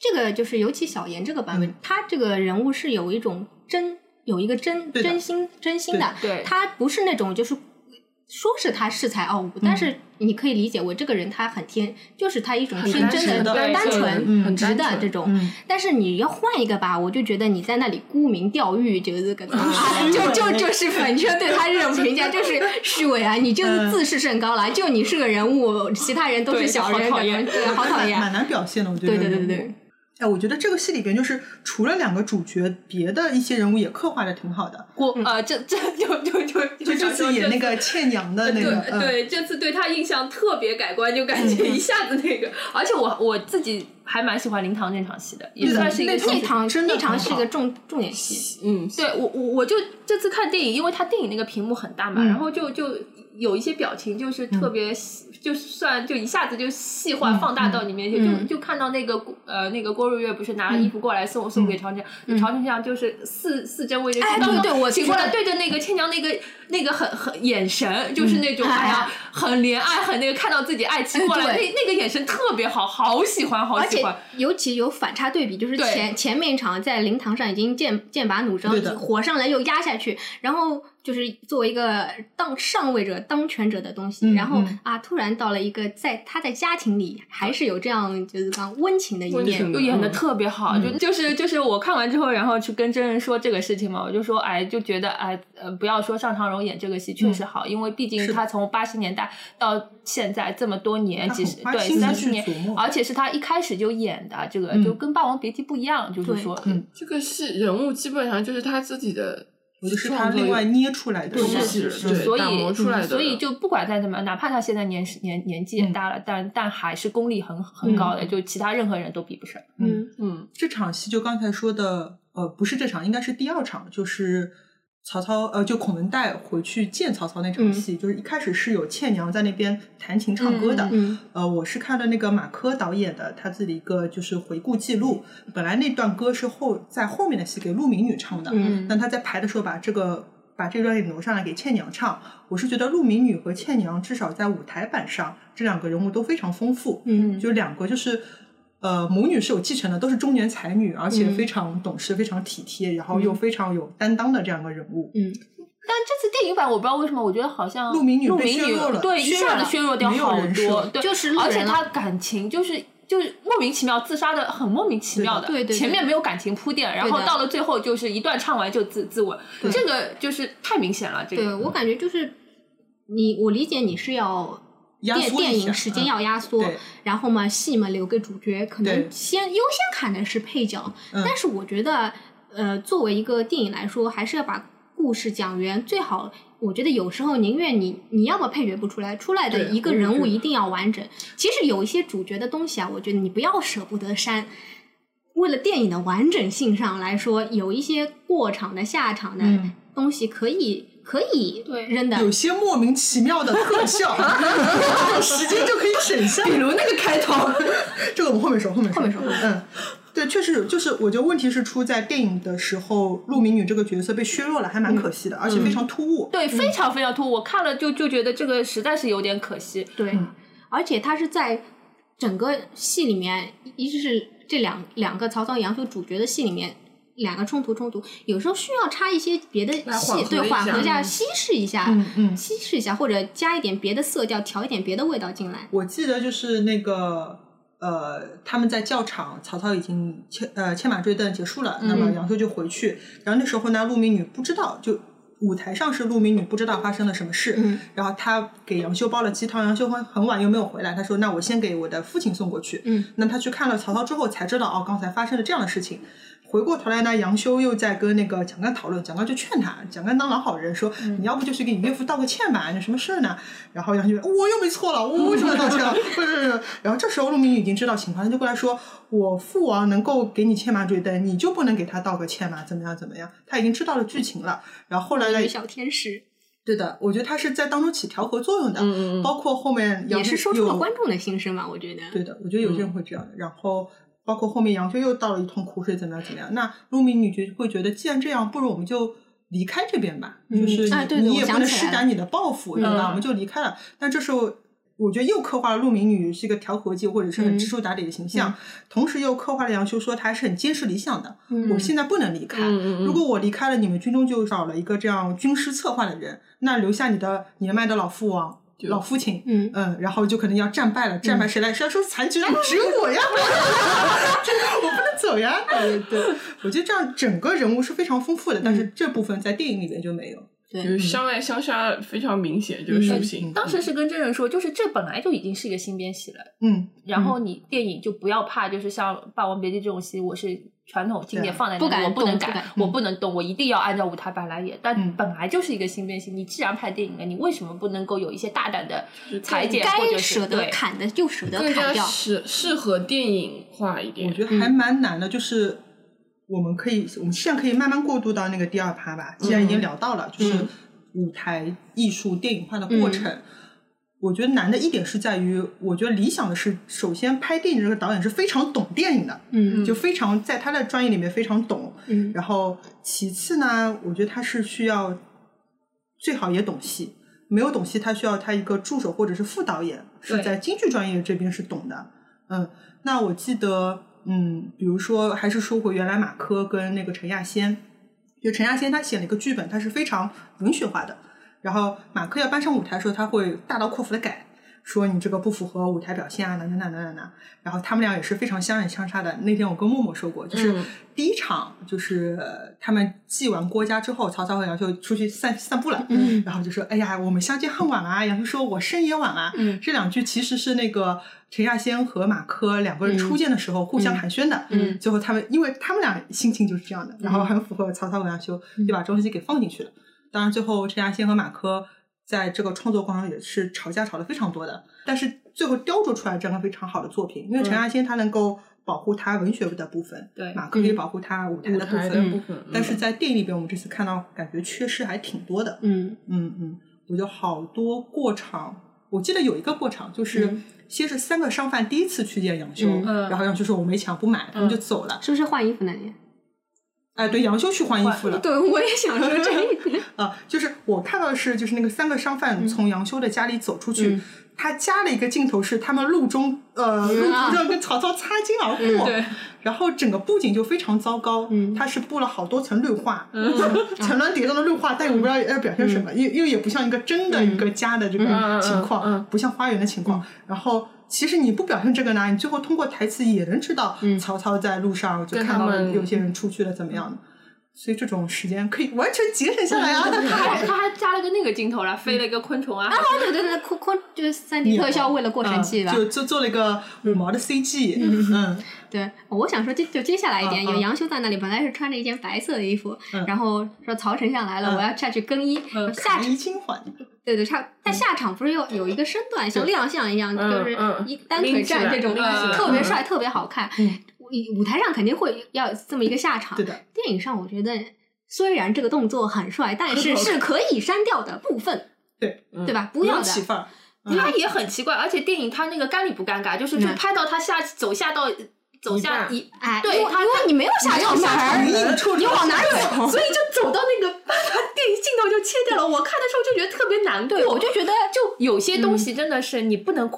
Speaker 4: 这个就是，尤其小妍这个版本，
Speaker 3: 嗯
Speaker 4: 他这个人物是有一种真，有一个真
Speaker 3: 对的
Speaker 4: 真心真心的，
Speaker 5: 对对
Speaker 4: 他不是那种就是说是他恃才傲物，但是你可以理解为这个人他很天，就是他一种
Speaker 2: 很
Speaker 4: 天
Speaker 2: 单
Speaker 4: 真
Speaker 2: 纯
Speaker 4: 的、
Speaker 3: 的
Speaker 2: 对
Speaker 4: 单
Speaker 2: 对
Speaker 4: 纯、
Speaker 3: 嗯
Speaker 4: 很直
Speaker 2: 很单
Speaker 4: 的
Speaker 2: 纯
Speaker 4: 这种。
Speaker 3: 嗯
Speaker 4: 但是你要换一个吧，我就觉得你在那里沽名钓誉，就是个啊，就就就是粉圈对他这种评价就是虚伪啊，你就是
Speaker 3: 嗯
Speaker 4: 自视甚高啦，就你是个人物，其他人都是
Speaker 2: 对
Speaker 4: 小
Speaker 2: 好
Speaker 4: 人，
Speaker 2: 讨
Speaker 4: 感觉
Speaker 2: 厌
Speaker 4: 对，好讨厌。
Speaker 3: 蛮难表现的，我觉得。
Speaker 4: 对对对对对。
Speaker 3: 哎，我觉得这个戏里边就是除了两个主角，别的一些人物也刻画的挺好的。
Speaker 2: 过呃，这这就就就
Speaker 3: 嗯就这次演那个倩娘的那个，
Speaker 2: 对
Speaker 3: 嗯，
Speaker 2: 对，这次对他印象特别改观，就感觉一下子那个，而且我我自己还蛮喜欢林堂那场戏的，也
Speaker 3: 对的
Speaker 2: 算是一个
Speaker 3: 那
Speaker 2: 戏
Speaker 4: 那场
Speaker 3: 真的
Speaker 4: 那场
Speaker 3: 很
Speaker 4: 是
Speaker 3: 好
Speaker 4: 一个重重点戏，
Speaker 2: 嗯，
Speaker 5: 对我我我就这次看电影，因为他电影那个屏幕很大嘛，
Speaker 3: 嗯
Speaker 5: 然后就就有一些表情就是特别细，就算就一下子就细化
Speaker 3: 嗯
Speaker 5: 放大到你面前，
Speaker 4: 嗯嗯
Speaker 5: 就就看到那个呃那个郭日月不是拿了衣服过来送、送给朝天，朝天像就是四四针微针，
Speaker 4: 嗯哎
Speaker 5: 刚刚
Speaker 4: 对对我
Speaker 5: 醒过
Speaker 4: 觉得
Speaker 5: 来对着那个倩娘那个那个很很眼神，就是那种、
Speaker 4: 嗯
Speaker 5: 哎
Speaker 4: 哎
Speaker 5: 呀
Speaker 4: 呀
Speaker 5: 很怜爱，很那个看到自己爱妻过来、
Speaker 4: 哎对
Speaker 5: 那那个眼神特别好，好喜欢好
Speaker 4: 而
Speaker 5: 喜
Speaker 4: 且
Speaker 5: 欢，
Speaker 4: 尤其有反差对比，就是
Speaker 5: 对
Speaker 4: 前前面一场在灵堂上已经剑剑拔弩张
Speaker 3: 对的，
Speaker 4: 火上来又压下去，然后就是作为一个当上位者、当权者的东西，
Speaker 3: 嗯
Speaker 4: 然后
Speaker 3: 嗯
Speaker 4: 啊，突然到了一个在他在家庭里还是有这样就是刚温情的一
Speaker 2: 温
Speaker 4: 面，
Speaker 2: 情
Speaker 5: 就演
Speaker 3: 嗯
Speaker 5: 的特别好，就就是就是我看完之后，然后去跟真人说这个事情嘛，我就说，哎，就觉得哎呃，不要说上长荣演这个戏确实好，因为毕竟
Speaker 3: 嗯是
Speaker 5: 他从八十年代到现在这么多年，
Speaker 3: 他
Speaker 5: 几
Speaker 3: 很
Speaker 5: 十
Speaker 3: 花
Speaker 5: 对
Speaker 3: 心
Speaker 5: 三
Speaker 3: 思
Speaker 5: 十
Speaker 3: 去
Speaker 5: 年
Speaker 3: 琢磨，
Speaker 5: 而且是哦他一开始就演的，这个、
Speaker 3: 嗯
Speaker 5: 就跟《霸王别姬》不一样，就是
Speaker 4: 对
Speaker 5: 说，
Speaker 3: 嗯
Speaker 2: 这个戏人物基本上就是他自己的
Speaker 3: 我
Speaker 2: 创作一个东西，
Speaker 3: 就是他另外捏出来的
Speaker 2: 东
Speaker 3: 东
Speaker 2: 西
Speaker 3: 西，
Speaker 2: 对
Speaker 5: 所
Speaker 2: 打磨
Speaker 5: 以嗯
Speaker 2: 出来的
Speaker 5: 所以就不管再怎么样，哪怕他现在年年年纪也
Speaker 3: 嗯
Speaker 5: 大了，但但还是功力很很高的，就其他任何人都比不上。
Speaker 3: 嗯
Speaker 2: 嗯，
Speaker 3: 这场戏就刚才说的，呃，不是这场，应该是第二场，就是曹操，呃，就孔文带回去见曹操那场戏，就是一开始是有倩娘在那边弹琴唱歌的，
Speaker 4: 嗯
Speaker 3: 呃，我是看了那个马科导演的他自己一个就是回顾记录，本来那段歌是后在后面的戏给陆明女唱的，
Speaker 4: 嗯
Speaker 3: 但他在排的时候把这个把这段给挪上来给倩娘唱，我是觉得陆明女和倩娘至少在舞台版上这两个人物都非常丰富，
Speaker 4: 嗯
Speaker 3: 就两个就是。呃，母女是有继承的，都是中年才女，而
Speaker 4: 嗯
Speaker 3: 且非常懂事、非常体贴，然后又非常有担当的这样一个人物。
Speaker 4: 嗯，
Speaker 5: 但这次电影版我不知道为什么，我觉得好像
Speaker 3: 陆明女
Speaker 5: 陆
Speaker 3: 被
Speaker 5: 明
Speaker 3: 削
Speaker 5: 女
Speaker 3: 弱了
Speaker 5: 对一
Speaker 3: 削
Speaker 5: 下
Speaker 3: 弱
Speaker 5: 子
Speaker 3: 了
Speaker 5: 削弱掉
Speaker 3: 没有
Speaker 5: 好
Speaker 3: 人
Speaker 5: 多，
Speaker 3: 设
Speaker 5: 对，
Speaker 4: 就是路
Speaker 5: 而且
Speaker 4: 人
Speaker 5: 她感情就是。就是莫名其妙自杀的，很莫名其妙的。
Speaker 4: 对的对对
Speaker 5: 前面没有感情铺垫，然后
Speaker 4: 对的
Speaker 5: 到了最后就是一段唱完就自自刎，
Speaker 3: 对
Speaker 5: 这个就是太明显了。这
Speaker 4: 对
Speaker 5: 个
Speaker 4: 我感觉就是你，我理解你是要
Speaker 3: 压
Speaker 4: 电
Speaker 3: 缩一
Speaker 4: 电
Speaker 3: 下
Speaker 4: 影时间
Speaker 3: 嗯
Speaker 4: 要压缩，
Speaker 3: 对
Speaker 4: 然后嘛戏嘛留给主角，可能
Speaker 3: 对
Speaker 4: 先优先砍的是配角，
Speaker 3: 嗯
Speaker 4: 但是我觉得呃作为一个电影来说，还是要把故事讲圆，最好。我觉得有时候宁愿你你要么配角不出来，出来的
Speaker 2: 对
Speaker 4: 一个
Speaker 2: 我也
Speaker 4: 人
Speaker 2: 觉
Speaker 4: 物
Speaker 2: 得
Speaker 4: 一定要完整。其实有一些主角的东西啊，我觉得你不要舍不得删，为了电影的完整性上来说，有一些过场的、下场的
Speaker 3: 嗯
Speaker 4: 东西可以、可以
Speaker 5: 对
Speaker 4: 扔的。
Speaker 3: 有些莫名其妙的 特效，有时间就可以省下。
Speaker 2: 比如那个开头，
Speaker 3: 这个我们后面说，后面说，
Speaker 4: 后面说后面
Speaker 3: 嗯。对，确实有就是，我觉得问题是出在电影的时候，陆明女这个角色被削弱了，还
Speaker 2: 嗯
Speaker 3: 蛮可惜的，而且非常突兀。
Speaker 5: 对
Speaker 4: 嗯
Speaker 5: 非常非常突兀，我看了就就觉得这个实在是有点可惜。
Speaker 4: 对，
Speaker 3: 嗯
Speaker 4: 而且他是在整个戏里面，一直是这两两个曹操、杨修主角的戏里面。两个冲突冲突，有时候需要插一些别的
Speaker 2: 来
Speaker 4: 戏
Speaker 2: 缓，
Speaker 4: 对
Speaker 2: 和一
Speaker 4: 缓
Speaker 2: 下
Speaker 4: 和一下，稀释一下，
Speaker 3: 嗯嗯
Speaker 4: 稀释一下，或者加一点别的色调，调一点别的味道进来。
Speaker 3: 我记得就是那个呃，他们在教场，曹操已经牵呃牵马追灯结束了，那
Speaker 4: 嗯
Speaker 3: 么杨修就回去，然后那时候呢，陆明女不知道就。舞台上是陆明女不知道发生了什么事，
Speaker 4: 嗯
Speaker 3: 然后她给杨修煲了鸡汤，杨修很很晚又没有回来，她说那我先给我的父亲送过去，
Speaker 4: 嗯，
Speaker 3: 那她去看了曹操之后才知道哦，刚才发生了这样的事情，回过头来呢，杨修又在跟那个蒋干讨论，蒋干就劝他，蒋干当老好人说，
Speaker 4: 嗯
Speaker 3: 你要不就去给你岳父道个歉吧，有什么事儿呢？然后杨修我又没错了，我为什么要道歉了？ 不是不是，不是然后这时候陆明宇已经知道情况，他就过来说，我父王能够给你牵马追灯，你就不能给他道个歉吗？怎么样怎么样？他已经知道了剧情了，然后后来呢
Speaker 4: 女？小天使
Speaker 3: 对的，我觉得他是在当中起调和作用的，
Speaker 2: 嗯嗯嗯
Speaker 3: 包括后面杨
Speaker 4: 也是说出
Speaker 3: 有
Speaker 4: 了观众的心声吧，我觉得。
Speaker 3: 对的，我觉得有些
Speaker 4: 嗯
Speaker 3: 人会这样。然后包括后面杨修又倒了一通苦水，怎么样怎么样？那陆明女觉会觉得，既然这样，不如我们就离开这边吧，就是你,、
Speaker 4: 啊对对
Speaker 3: 你
Speaker 4: 我
Speaker 3: 也不
Speaker 4: 想
Speaker 3: 能
Speaker 4: 起来
Speaker 3: 施
Speaker 4: 了
Speaker 3: 展你的抱负，对吧？
Speaker 5: 嗯
Speaker 3: 我们就离开了。但这时候。我觉得又刻画了陆明女是一个调和剂，或者是
Speaker 4: 嗯
Speaker 3: 很知书达理的形象，同时又刻画了杨修说他还是很坚持理想的。
Speaker 4: 嗯
Speaker 3: 我现在不能离开，
Speaker 2: 嗯嗯嗯
Speaker 3: 如果我离开了，你们军中就少了一个这样军师策划的人，那留下你的年迈的老父王、老父亲，
Speaker 4: 嗯
Speaker 3: 嗯，然后就可能要战败了，战败谁来？谁来收拾残局呢？只有我呀， 我不能走呀。对对，对我觉得这样整个人物是非常丰富的，但是这部分在电影里面就没有。
Speaker 2: 就是相爱相杀非常明显，这个属性。
Speaker 5: 当时是跟真人说，就是这本来就已经是一个新编戏了，
Speaker 3: 嗯，
Speaker 5: 然后你电影就不要怕，就是像《霸王别姬》这种戏，我是传统经典
Speaker 3: 对
Speaker 5: 放在那
Speaker 4: 不
Speaker 5: 里，
Speaker 4: 敢
Speaker 5: 我不能
Speaker 4: 动不
Speaker 5: 改
Speaker 4: 敢，
Speaker 5: 我不能动，我一定要按照舞台版来演。
Speaker 3: 嗯
Speaker 5: 但本来就是一个新编戏，你既然拍电影了，你为什么不能够有一些大胆的
Speaker 2: 就是
Speaker 5: 裁剪，或
Speaker 4: 该
Speaker 5: 者是
Speaker 4: 舍得
Speaker 5: 对？
Speaker 4: 砍的就舍得
Speaker 2: 更
Speaker 4: 砍
Speaker 2: 加
Speaker 4: 掉，
Speaker 2: 适适合电影化一点。
Speaker 3: 我觉得还蛮难的，就是。我们可以，我们现在可以慢慢过渡到那个第二趴吧。既然已经聊到了，就是舞台艺术电影化的过程，我觉得难的一点是在于，我觉得理想的是，首先拍电影这个导演是非常懂电影的，
Speaker 4: 嗯
Speaker 3: 就非常在他的专业里面非常懂，
Speaker 4: 嗯
Speaker 3: 然后其次呢，我觉得他是需要最好也懂戏，没有懂戏，他需要他一个助手或者是副导演是
Speaker 5: 对
Speaker 3: 在京剧专业这边是懂的。嗯，那我记得，嗯，比如说还是说回原来马科跟那个陈亚仙。就陈亚仙他写了一个剧本，他是非常文学化的。然后马克要搬上舞台的时候，他会大刀阔斧的改，说你这个不符合舞台表现啊，哪哪哪哪哪哪。然后他们俩也是非常相爱相杀的。那天我跟默默说过，就是
Speaker 2: 嗯
Speaker 3: 第一场就是呃他们祭完郭家之后，曹操和杨修出去散散步了，
Speaker 4: 嗯
Speaker 3: 然后就说：“哎呀，我们相见恨晚啦。”杨修说：“我生也晚啦。”
Speaker 2: 嗯
Speaker 3: 这两句其实是那个陈亚仙和马科两个人初见的时候互相寒暄的。
Speaker 2: 嗯
Speaker 3: 最后他们因为他们俩心情就是这样的，然后很符合曹操和杨修，
Speaker 2: 嗯
Speaker 3: 就把这东西给放进去了。当然，最后陈亚仙和马科在这个创作过程中也是吵架吵得非常多的，但是最后雕琢出来这样一个非常好的作品，因为陈亚仙他能够保护他文学的部分，
Speaker 5: 对
Speaker 3: 马科可以保护他舞台
Speaker 2: 舞
Speaker 3: 的部
Speaker 2: 台
Speaker 3: 分，
Speaker 2: 的嗯部分，
Speaker 3: 但是在电影里边，我们这次看到感觉缺失还挺多的。
Speaker 4: 嗯
Speaker 3: 嗯嗯，我觉得好多过场，我记得有一个过场就是先是三个商贩第一次去见杨修，
Speaker 5: 嗯
Speaker 3: 然后杨修说我没钱不买，他们就走了。
Speaker 4: 是不是换衣服那里？
Speaker 3: 哎，对，杨修去换衣服了。
Speaker 4: 对，我也想说这个。
Speaker 3: 呃，就是我看到的是，就是那个三个商贩从杨修的家里走出去，
Speaker 2: 嗯
Speaker 3: 他加了一个镜头是他们路中，呃，路
Speaker 2: 嗯啊
Speaker 3: 途上跟曹操擦肩而过，
Speaker 5: 对
Speaker 3: 然后整个布景就非常糟糕，
Speaker 2: 嗯
Speaker 3: 它是布了好多层绿化， 层峦叠嶂的绿化，但我不知道要表现什么，因为因为也不像一个真的一个家的这个情
Speaker 2: 嗯嗯嗯嗯
Speaker 3: 况，不像花园的情况，然后。其实你不表现这个呢，你最后通过台词也能知道曹操在路上
Speaker 2: 嗯
Speaker 3: 就
Speaker 2: 跟
Speaker 3: 看
Speaker 2: 他
Speaker 3: 到
Speaker 2: 们
Speaker 3: 有些人出去了怎么样的，所以这种时间可以完全节省下来 啊！
Speaker 5: 他还他还加了个那个镜头啦，飞了一个昆虫啊，
Speaker 4: 哦，对对对，空空就是三 D 特效为了过
Speaker 3: 啊
Speaker 4: 神器吧？
Speaker 3: 就就做了一个五毛的 CG，嗯，
Speaker 4: 对，我想说接就接下来一点，
Speaker 3: 嗯嗯
Speaker 4: 有杨修在那里，本来是穿着一件白色的衣服，
Speaker 3: 嗯
Speaker 4: 然后说曹丞相来了，
Speaker 3: 嗯
Speaker 4: 我要下去更衣。
Speaker 5: 嗯
Speaker 4: 呃下
Speaker 3: 衣轻缓，
Speaker 4: 对对，差但下场不是有有一个身段，像亮相一样，
Speaker 2: 嗯
Speaker 4: 就是
Speaker 2: 嗯
Speaker 4: 一单腿站这种，
Speaker 5: 拎起来
Speaker 4: 特别帅，特别好看。
Speaker 3: 嗯
Speaker 4: 舞舞台上肯定会要有这么一个下场
Speaker 3: 对，的，
Speaker 4: 电影上我觉得虽然这个动作很帅，但是是可以删掉的部分，
Speaker 3: 对
Speaker 4: 对吧？不
Speaker 3: 不
Speaker 4: 要
Speaker 3: 用
Speaker 4: 的，
Speaker 3: 起范儿，嗯
Speaker 5: 他也很奇怪，而且电影他那个尴里不尴尬，就是就
Speaker 4: 嗯
Speaker 5: 拍到他下走下到走下
Speaker 2: 一
Speaker 5: 一，
Speaker 4: 哎，
Speaker 5: 对
Speaker 4: 因为
Speaker 5: 他
Speaker 4: 因为你没有下场
Speaker 3: 下场哎你
Speaker 4: 门，
Speaker 3: 引出
Speaker 4: 你往哪走？
Speaker 5: 所以就走到那个 把他电影镜头就切掉了。我看的时候就觉得特别难过，
Speaker 4: 对我就觉得
Speaker 5: 就有些东西真的是你不能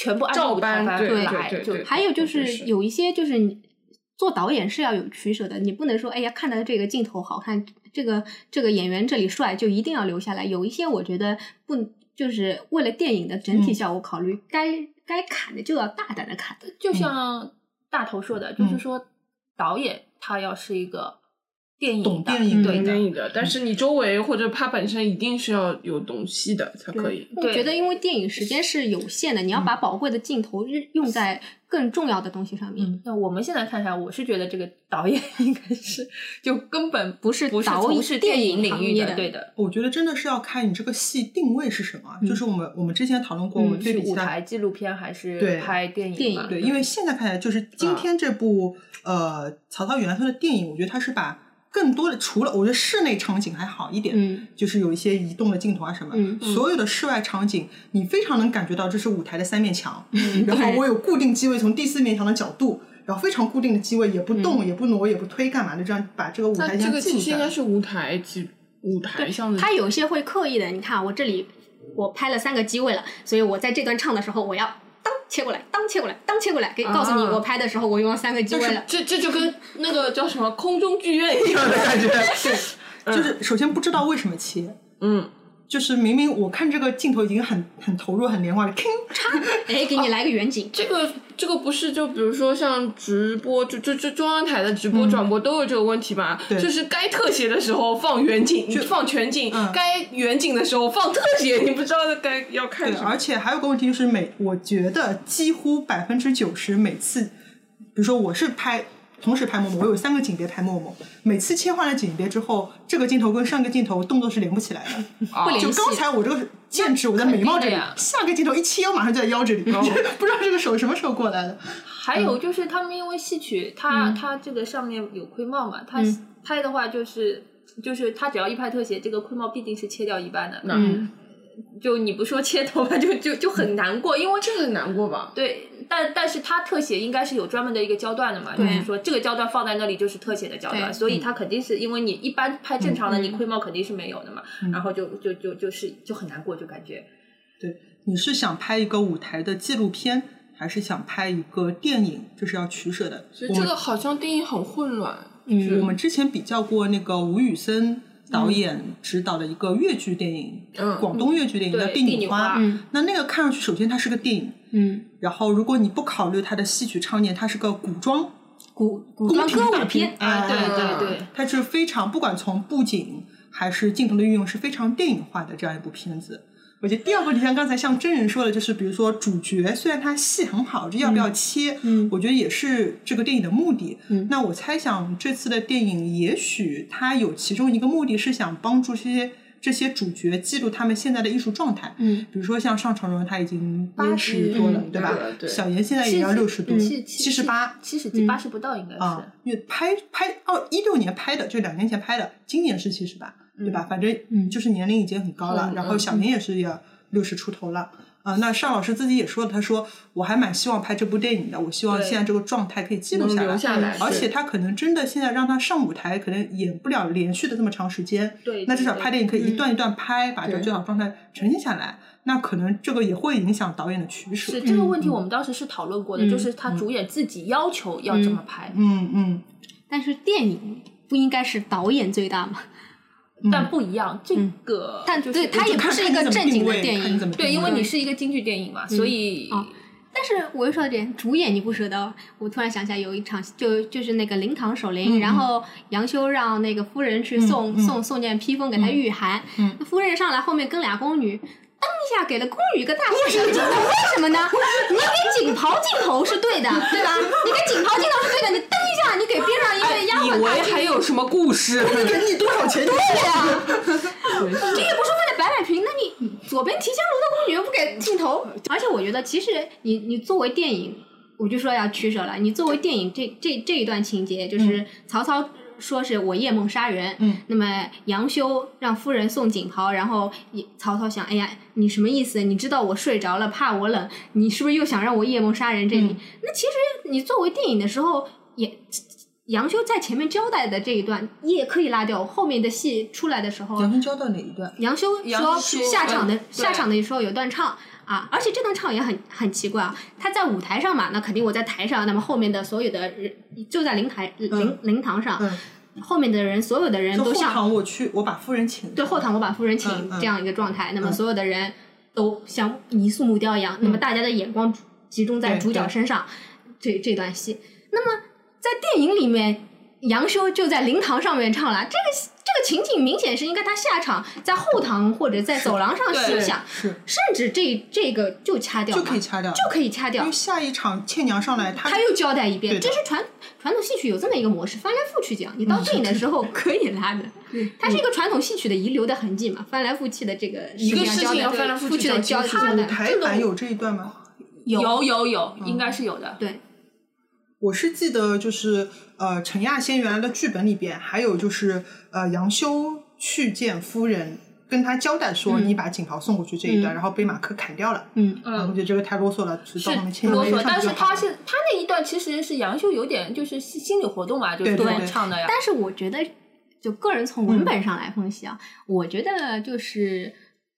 Speaker 5: 全部按照
Speaker 2: 照
Speaker 5: 舞台
Speaker 2: 搬
Speaker 5: 来，
Speaker 2: 对
Speaker 5: 来
Speaker 2: 对对
Speaker 5: 就
Speaker 2: 对
Speaker 4: 还有就
Speaker 2: 我觉得
Speaker 4: 是
Speaker 2: 是
Speaker 4: 有一些就是你做导演是要有取舍的，你不能说哎呀看到这个镜头好看，这个这个演员这里帅就一定要留下来。有一些我觉得不就是为了电影的整
Speaker 2: 嗯
Speaker 4: 体效果考虑，该该砍的就要大胆的砍。
Speaker 5: 就像大头说的，就是说导演他要是一个电影
Speaker 3: 懂
Speaker 5: 的
Speaker 3: 电影
Speaker 5: 对
Speaker 2: 没
Speaker 5: 的
Speaker 2: 建议的，但是你周围或者它本身一定是要有东西的才可以。嗯
Speaker 4: 我
Speaker 5: 对
Speaker 4: 觉得因为电影时间是有限的，你要把宝贵的镜头日用在更重要的东西上面。
Speaker 5: 那我们现在看下来，我是觉得这个导演应该是就根本不
Speaker 4: 是
Speaker 5: 不是
Speaker 4: 导
Speaker 5: 从事电影领域
Speaker 4: 电影行业的
Speaker 5: 对的，
Speaker 3: 我觉得真的是要看你这个戏定位是什么啊，就是我们我们之前讨论过，我们对
Speaker 5: 是
Speaker 3: 比
Speaker 5: 嗯
Speaker 3: 其
Speaker 5: 舞
Speaker 3: 他
Speaker 5: 台纪嗯录片还是
Speaker 3: 对
Speaker 5: 拍电影嘛？
Speaker 4: 电影
Speaker 3: 对，因为现在看起来就是今天这部、呃曹操原来说的电影，我觉得它是把更多的除了我觉得室内场景还好一点，
Speaker 4: 嗯
Speaker 3: 就是有一些移动的镜头啊什么，
Speaker 4: 嗯
Speaker 3: 所有的室外场景你非常能感觉到这是舞台的三面墙，
Speaker 2: 嗯
Speaker 3: 然后
Speaker 4: 对
Speaker 3: 我有固定机位从第四面墙的角度。然后非常固定的机位，也不动，也不挪，也不推，干嘛的？这样把这个舞
Speaker 2: 嗯那
Speaker 3: 台
Speaker 2: 这个
Speaker 3: 静
Speaker 2: 其实
Speaker 3: 下
Speaker 2: 应该
Speaker 3: 来。
Speaker 2: 是舞台其舞
Speaker 3: 哎
Speaker 2: 台上的，
Speaker 4: 他有些会刻意的，你看我这里我拍了三个机位了，所以我在这段唱的时候我要当切过来，当切过来，当切过来，给告诉你
Speaker 2: 啊
Speaker 4: 我拍的时候我用了三个机
Speaker 2: 但
Speaker 4: 位
Speaker 2: 是
Speaker 4: 了。
Speaker 2: 这这就跟那个叫什么空中剧院一 样的感 觉。
Speaker 3: 就是首先不知道为什么切，
Speaker 2: 嗯，
Speaker 3: 就是明明我看这个镜头已经很很投入、很连贯了，吭
Speaker 4: 哎，给
Speaker 3: 哦
Speaker 4: 你来个远景，
Speaker 2: 这个这个不是就比如说像直播，就就就中央台的直播转播都有这个问题吧？
Speaker 3: 嗯对
Speaker 2: 就是该特写的时候放远景，放全景；
Speaker 3: 嗯
Speaker 2: 该远景的时候放特写，你不知道该要看
Speaker 3: 对，
Speaker 2: 什么。
Speaker 3: 而且还有个问题就是每，我觉得几乎百分之九十每次，比如说我是拍。同时拍默默，我有三个景别拍默默，每次切换了景别之后，这个镜头跟上一个镜头动作是连不起来 的。
Speaker 2: 不
Speaker 4: 联
Speaker 3: 就刚才我这个剑指我在眉毛这里
Speaker 5: 那肯定的呀，哦
Speaker 3: 下个镜头一切我马上就在腰这里， 不知道这个手什么时候过来的。
Speaker 5: 还
Speaker 3: 嗯
Speaker 5: 有就是他们因为戏曲，它它这个上面有盔帽嘛，它
Speaker 3: 嗯
Speaker 5: 拍的话就是就是它只要一拍特写，这个盔帽必定是切掉一半的。
Speaker 2: 嗯，
Speaker 5: 就你不说切头发，就就就很难过，因为
Speaker 2: 这个难过吧？
Speaker 5: 对，但但是它特写应该是有专门的一个焦段的嘛，就是说这个焦段放在那里就是特写的焦段，
Speaker 4: 对
Speaker 3: 嗯
Speaker 5: 所以它肯定是因为你一般拍正常的，你盔帽肯定是没有的嘛，
Speaker 3: 嗯
Speaker 5: 然后就就就就是就很难过，就感觉
Speaker 3: 你是想拍一个舞台的纪录片，还是想拍一个电影？这是要取舍的。
Speaker 2: 所以
Speaker 3: 我
Speaker 2: 这个好像定义很混乱。
Speaker 3: 我们之前比较过那个吴宇森导演执导的一个粤剧电影，
Speaker 2: 嗯
Speaker 3: 广东粤剧电影叫《
Speaker 5: 对，
Speaker 3: 帝
Speaker 5: 帝
Speaker 3: 女
Speaker 5: 女
Speaker 3: 花》。
Speaker 4: 嗯
Speaker 3: 那那个看上去，首先它是个电影，
Speaker 4: 嗯，
Speaker 3: 然后如果你不考虑它的戏曲唱念，它是个古装，
Speaker 4: 古古装歌舞片
Speaker 3: 宫廷大片啊
Speaker 5: 啊，对
Speaker 2: 嗯
Speaker 5: 对对，
Speaker 3: 它是非常不管从布景还是镜头的运用是非常电影化的这样一部片子。我觉得第二个，就像刚才像真人说的，就是比如说主角虽然他戏很好，这要不要切，
Speaker 4: 嗯
Speaker 3: 我觉得也是这个电影的目的。
Speaker 4: 嗯
Speaker 3: 那我猜想这次的电影，也许它有其中一个目的是想帮助这些这些主角记录他们现在的艺术状态。
Speaker 4: 嗯，
Speaker 3: 比如说像上城荣，他已经八十
Speaker 5: 嗯
Speaker 3: 多了，
Speaker 5: 嗯
Speaker 3: 吧
Speaker 2: 对？对
Speaker 3: 小严现在也要六十多，
Speaker 5: 七
Speaker 3: 七十八，
Speaker 5: 七十几，
Speaker 4: 嗯
Speaker 5: 八十不到应该是
Speaker 3: 啊。，因为拍拍哦，一六年拍的，就两年前拍的，今年是七十八，对吧？反正
Speaker 4: 嗯
Speaker 3: 就是年龄已经很高了，
Speaker 2: 嗯
Speaker 3: 然后小明也是要六十出头了。啊、那尚老师自己也说了，他说我还蛮希望拍这部电影的，我希望
Speaker 5: 对
Speaker 3: 现在这个状态可以记录
Speaker 2: 能
Speaker 3: 下
Speaker 2: 留
Speaker 3: 来，嗯
Speaker 2: 下来，
Speaker 3: 而
Speaker 2: 是
Speaker 3: 且他可能真的现在让他上舞台，可能演不了连续的这么长时间，
Speaker 5: 对，
Speaker 3: 那至少
Speaker 5: 对
Speaker 3: 拍电影可以一段一段拍，把这个
Speaker 2: 对
Speaker 3: 最好状态呈现下来。那可能这个也会影响导演的取舍，
Speaker 5: 是这个问题，我们当时是讨论过的，
Speaker 4: 嗯
Speaker 5: 就是他主演自己要求要这么拍，
Speaker 3: 嗯嗯，
Speaker 4: 但是电影不应该是导演最大吗？
Speaker 3: 嗯
Speaker 5: 但不一样，这个
Speaker 4: 但
Speaker 5: 就是
Speaker 4: 对他
Speaker 3: 就
Speaker 4: 也不
Speaker 3: 看
Speaker 4: 是
Speaker 3: 看
Speaker 4: 一
Speaker 3: 你
Speaker 4: 个
Speaker 3: 怎么
Speaker 4: 正经
Speaker 3: 定
Speaker 4: 的
Speaker 3: 位
Speaker 4: 电
Speaker 3: 看你怎
Speaker 4: 影
Speaker 3: 么。
Speaker 5: 对，
Speaker 3: 定
Speaker 5: 因为
Speaker 3: 位
Speaker 5: 你是一个京剧电影嘛，所以
Speaker 4: 哦但是我又说到点，主演你不说到，我突然想起来有一场，就就是那个灵堂守灵，
Speaker 3: 嗯嗯
Speaker 4: 然后杨修让那个夫人去送、
Speaker 3: 嗯
Speaker 4: 送送件披风给他御寒，
Speaker 3: 嗯
Speaker 4: 那夫人上来后面跟俩宫女。当一下给了宫女一个大后仰镜头，为什么呢？ 你给锦袍镜头是对的，对吧？你给锦袍镜头是对的，你蹬一下，你给边上一
Speaker 3: 哎
Speaker 4: 个丫
Speaker 2: 哎以
Speaker 4: 鬟
Speaker 2: 为
Speaker 4: 大
Speaker 2: 还有什么故事？
Speaker 3: 给你多少钱？
Speaker 4: 这也不是为了摆摆平，那你左边提香炉的宫女又不给镜头，而且我觉得其实你你作为电影，我就说要取舍了。你作为电影这这这一段情节，就是曹操说是我夜梦杀人，
Speaker 3: 嗯，
Speaker 4: 那么杨修让夫人送锦袍，然后也曹操想，哎呀，你什么意思？你知道我睡着了，怕我冷，你是不是又想让我夜梦杀人？这里、
Speaker 3: 嗯
Speaker 4: 那其实你作为电影的时候也。杨修在前面交代的这一段也可以拉掉，后面的戏出来的时候，
Speaker 3: 杨坤交到哪一段？
Speaker 4: 杨修
Speaker 5: 杨
Speaker 4: 说
Speaker 5: 修
Speaker 4: 下场的
Speaker 5: 嗯对
Speaker 4: 下场的时候有段唱啊，而且这段唱也很很奇怪啊，他在舞台上嘛，那肯定我在台上，那么后面的所有的人就在灵台灵灵堂上，
Speaker 3: 嗯，
Speaker 4: 后面的人所有的啊人
Speaker 3: 就
Speaker 4: 都
Speaker 3: 后
Speaker 4: 像
Speaker 3: 堂我去，我把夫人请。
Speaker 4: 对后堂我把夫人请
Speaker 3: 嗯嗯
Speaker 4: 这样一个状态，那么
Speaker 3: 嗯
Speaker 4: 所有的人都像一宿木雕一样，那么大家的眼光集中在
Speaker 3: 对
Speaker 4: 主角
Speaker 3: 对
Speaker 4: 身上，这这段戏。那么在电影里面，杨修就在灵堂上面唱了，这个这个情景明显是应该他下场在后堂或者在走廊上
Speaker 5: 对
Speaker 4: 欣赏，
Speaker 3: 是
Speaker 4: 甚至这这个就掐掉
Speaker 3: 就
Speaker 4: 嘛，
Speaker 3: 可以掐掉，
Speaker 4: 就可以掐
Speaker 3: 因
Speaker 4: 掉
Speaker 3: 为。下一场倩娘上来，她
Speaker 4: 他又交代一遍，
Speaker 3: 对的
Speaker 4: 这是传传统戏曲有这么一个模式，翻来覆去讲。你到电影的时候可以拉的，它是一个传统戏曲的遗留的痕迹嘛，翻来覆去的这个一
Speaker 5: 一个事情要翻来覆
Speaker 4: 覆
Speaker 5: 去
Speaker 4: 去的
Speaker 5: 讲
Speaker 4: 交
Speaker 5: 清
Speaker 4: 交
Speaker 5: 楚
Speaker 4: 代
Speaker 3: 舞。台版有这一段吗？
Speaker 4: 哦
Speaker 5: 有有有，应该是有的。
Speaker 4: 对，
Speaker 3: 我是记得就是呃，陈亚仙原来的剧本里边，还有就是呃，杨修去见夫人，跟他交代说你把锦袍送过去这一段，然后被马克砍掉了。
Speaker 4: 嗯
Speaker 3: 啊我
Speaker 5: 嗯，
Speaker 3: 觉得这个太啰嗦嗯了，只到
Speaker 5: 是
Speaker 3: 后面倩
Speaker 5: 啰
Speaker 3: 娘
Speaker 5: 嗦，
Speaker 3: 上
Speaker 5: 但
Speaker 3: 就是好
Speaker 5: 他是他那一段其实是杨修有点就是心心理活动嘛，就
Speaker 3: 对
Speaker 5: 是
Speaker 3: 对
Speaker 5: 这么
Speaker 3: 对
Speaker 5: 唱的呀。
Speaker 4: 但是我觉得，就个人从
Speaker 3: 嗯
Speaker 4: 文本上来分析啊，我觉得就是。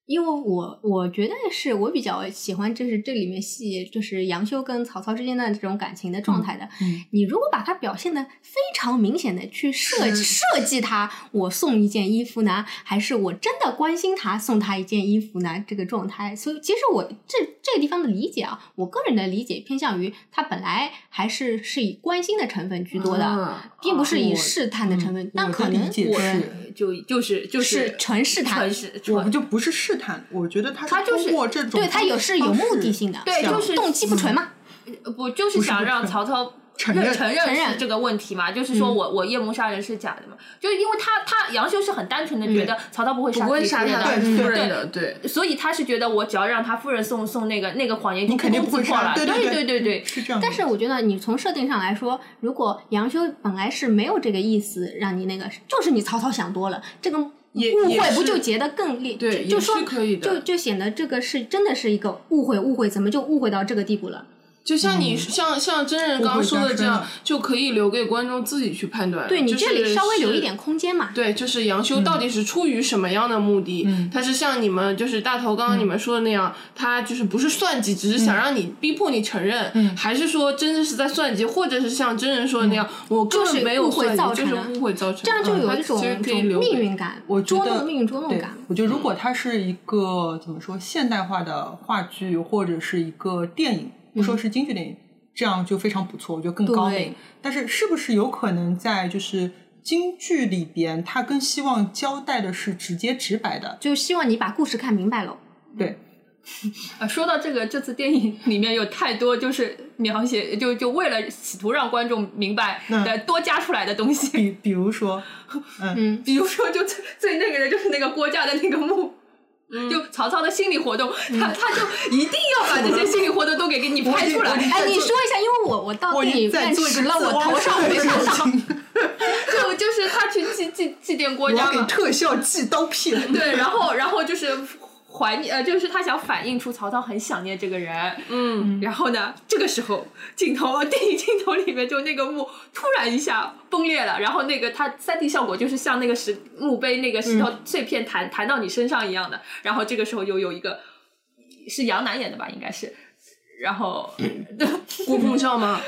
Speaker 4: 因为我我觉得是我比较喜欢，就是这里面戏，就是杨修跟曹操之间的这种感情的状态的。
Speaker 3: 嗯
Speaker 4: 你如果把它表现的非常明显的去设设计他，我送一件衣服呢，还是我真的关心他送他一件衣服呢？这个状态，所以其实我这这个地方的理解啊，我个人的理解偏向于他本来还是是以关心的成分居多的，
Speaker 2: 啊
Speaker 4: 并不是以
Speaker 3: 我
Speaker 4: 试探
Speaker 2: 嗯
Speaker 4: 的成分，但
Speaker 3: 我的
Speaker 4: 可能
Speaker 3: 理解
Speaker 5: 我
Speaker 3: 是
Speaker 5: 就就是就是
Speaker 4: 纯试探
Speaker 5: 纯试
Speaker 3: 我
Speaker 5: 纯
Speaker 3: 就不是试探，我觉得他
Speaker 5: 他就是
Speaker 3: 通过这种
Speaker 4: 对他有是有
Speaker 3: 方式
Speaker 4: 目的性的，
Speaker 5: 对
Speaker 3: 想
Speaker 5: 就是
Speaker 4: 动机不纯嘛。
Speaker 5: 不就是想让曹操
Speaker 3: 承
Speaker 5: 认
Speaker 3: 认嗯
Speaker 5: 承
Speaker 4: 承认
Speaker 5: 认是这个问题嘛？就是说我我夜幕杀人是假的嘛？就是因为他他杨修是很单纯的觉得曹操不会杀
Speaker 2: 不
Speaker 5: 自
Speaker 2: 会
Speaker 5: 己
Speaker 2: 杀
Speaker 5: 夫人
Speaker 2: 他的
Speaker 5: 的，
Speaker 3: 嗯
Speaker 4: 嗯
Speaker 3: 对
Speaker 2: 夫
Speaker 5: 对
Speaker 2: 人的，对，
Speaker 5: 所以他是觉得我只要让他夫人送送那个那个谎言已经
Speaker 3: 你肯定不会
Speaker 5: 破
Speaker 3: 杀
Speaker 5: 了，
Speaker 3: 对
Speaker 5: 对
Speaker 3: 对嗯
Speaker 5: 对对，
Speaker 3: 是
Speaker 2: 嗯
Speaker 3: 这样的，
Speaker 4: 但是我觉得你从设定上来说，如果杨修本来是没有这个意思，让你那个就是你曹操想多了，这个误
Speaker 2: 也
Speaker 4: 会
Speaker 2: 也
Speaker 4: 不
Speaker 2: 是
Speaker 4: 就结得更烈？
Speaker 2: 对
Speaker 4: 就
Speaker 2: 也
Speaker 4: 说
Speaker 2: 是可以的
Speaker 4: 就就显得这个是真的是一个误会，误会怎么就误会到这个地步了？
Speaker 2: 就像你、像像真人刚刚说的这
Speaker 3: 嗯不会加深
Speaker 2: 样
Speaker 3: 的，
Speaker 2: 就可以留给观众自己去判断了。
Speaker 4: 对你
Speaker 2: 就是
Speaker 4: 这里稍微留一点空间嘛。
Speaker 2: 对，就是杨修到底
Speaker 4: 嗯
Speaker 2: 是出于什么样的目的？他是像你们就是大头刚刚你
Speaker 4: 嗯
Speaker 2: 们说的那样，他就是不是算计，只是想让你逼迫你承认，
Speaker 4: 嗯
Speaker 2: 还是说真的是在算计，或者是像真人说的那样，我根
Speaker 4: 就
Speaker 2: 本
Speaker 4: 是
Speaker 2: 没有
Speaker 4: 误会
Speaker 2: 算
Speaker 4: 造
Speaker 2: 计，就
Speaker 4: 成
Speaker 2: 是
Speaker 4: 了
Speaker 2: 误会造成的，
Speaker 4: 这样就有
Speaker 2: 嗯
Speaker 4: 一种
Speaker 2: 他其实可以
Speaker 4: 种
Speaker 2: 留
Speaker 4: 命
Speaker 2: 给
Speaker 4: 运感，
Speaker 3: 我觉
Speaker 4: 捉
Speaker 3: 得
Speaker 4: 弄命运捉弄
Speaker 3: 对
Speaker 4: 感。嗯
Speaker 3: 我觉得如果它是一个怎么说现代化的话剧或者是一个电影，不说是京剧电影，这样就非常不错，我觉得更高
Speaker 4: 嗯
Speaker 3: 明
Speaker 4: 对。
Speaker 3: 但是是不是有可能在就是京剧里边，它更希望交代的是直接直白的？
Speaker 4: 就希望你把故事看明白喽。
Speaker 3: 对，
Speaker 5: 啊，说到这个，这次电影里面有太多就是描写，就就为了企图让观众明白
Speaker 3: 嗯
Speaker 5: 的多加出来的东西，
Speaker 3: 比比如说，
Speaker 4: 嗯，
Speaker 5: 比如说就最最那个的就是那个郭嘉的那个墓。就曹操的心理活动，他他就一定要把这些心理活动都给给你拍出来，
Speaker 4: 哎，你说一下，因为我我到
Speaker 3: 我
Speaker 4: 电影
Speaker 3: 在
Speaker 4: 院
Speaker 3: 做一
Speaker 4: 迟
Speaker 3: 个
Speaker 4: 了，
Speaker 3: 自
Speaker 4: 我
Speaker 3: 挖
Speaker 4: 头上没看 到。
Speaker 3: 上，
Speaker 5: 哎就就是他去祭祭祭奠郭
Speaker 3: 我要
Speaker 5: 嘉
Speaker 3: 给
Speaker 5: 嘛，
Speaker 3: 特效寄刀片。
Speaker 5: 对，然后然后就是怀念，呃，就是他想反映出曹操很想念这个人，
Speaker 2: 嗯，
Speaker 5: 然后呢，这个时候镜头 电影镜头里面就那个幕突然一下崩裂了，然后那个它三 D 效果就是像那个石墓碑那个石头碎片弹、弹到你身上一样的，然后这个时候又有一个是杨楠演的吧，应该是。然后、
Speaker 2: 郭奉孝吗？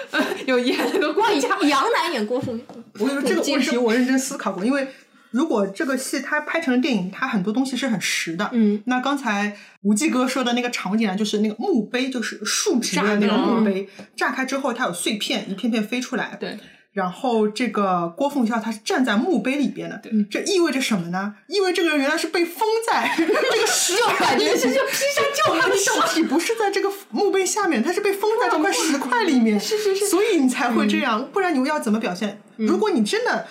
Speaker 5: 又演了个郭嘉，
Speaker 4: 杨楠演郭芙，
Speaker 3: 我跟你说这个问题，我认真思考过，因为如果这个戏它拍成了电影，它很多东西是很实的。
Speaker 4: 嗯，
Speaker 3: 那刚才无忌哥说的那个场景啊，就是那个墓碑，就是竖直的那个墓碑，炸开之后它有碎片，一片片飞出来。
Speaker 5: 嗯对。
Speaker 3: 然后这个郭奉孝他是站在墓碑里边的，
Speaker 5: 对
Speaker 3: 这意味着什么呢？意味着这个人原来是被封 在这个石块里面，
Speaker 5: 是就披上旧
Speaker 3: 他
Speaker 5: 衣
Speaker 3: 的尸体不是在这个墓碑下面，他是被封在这块石块里面，是是是，所以你才会这
Speaker 2: 嗯
Speaker 3: 样，不然你要怎么表现？如果你真的，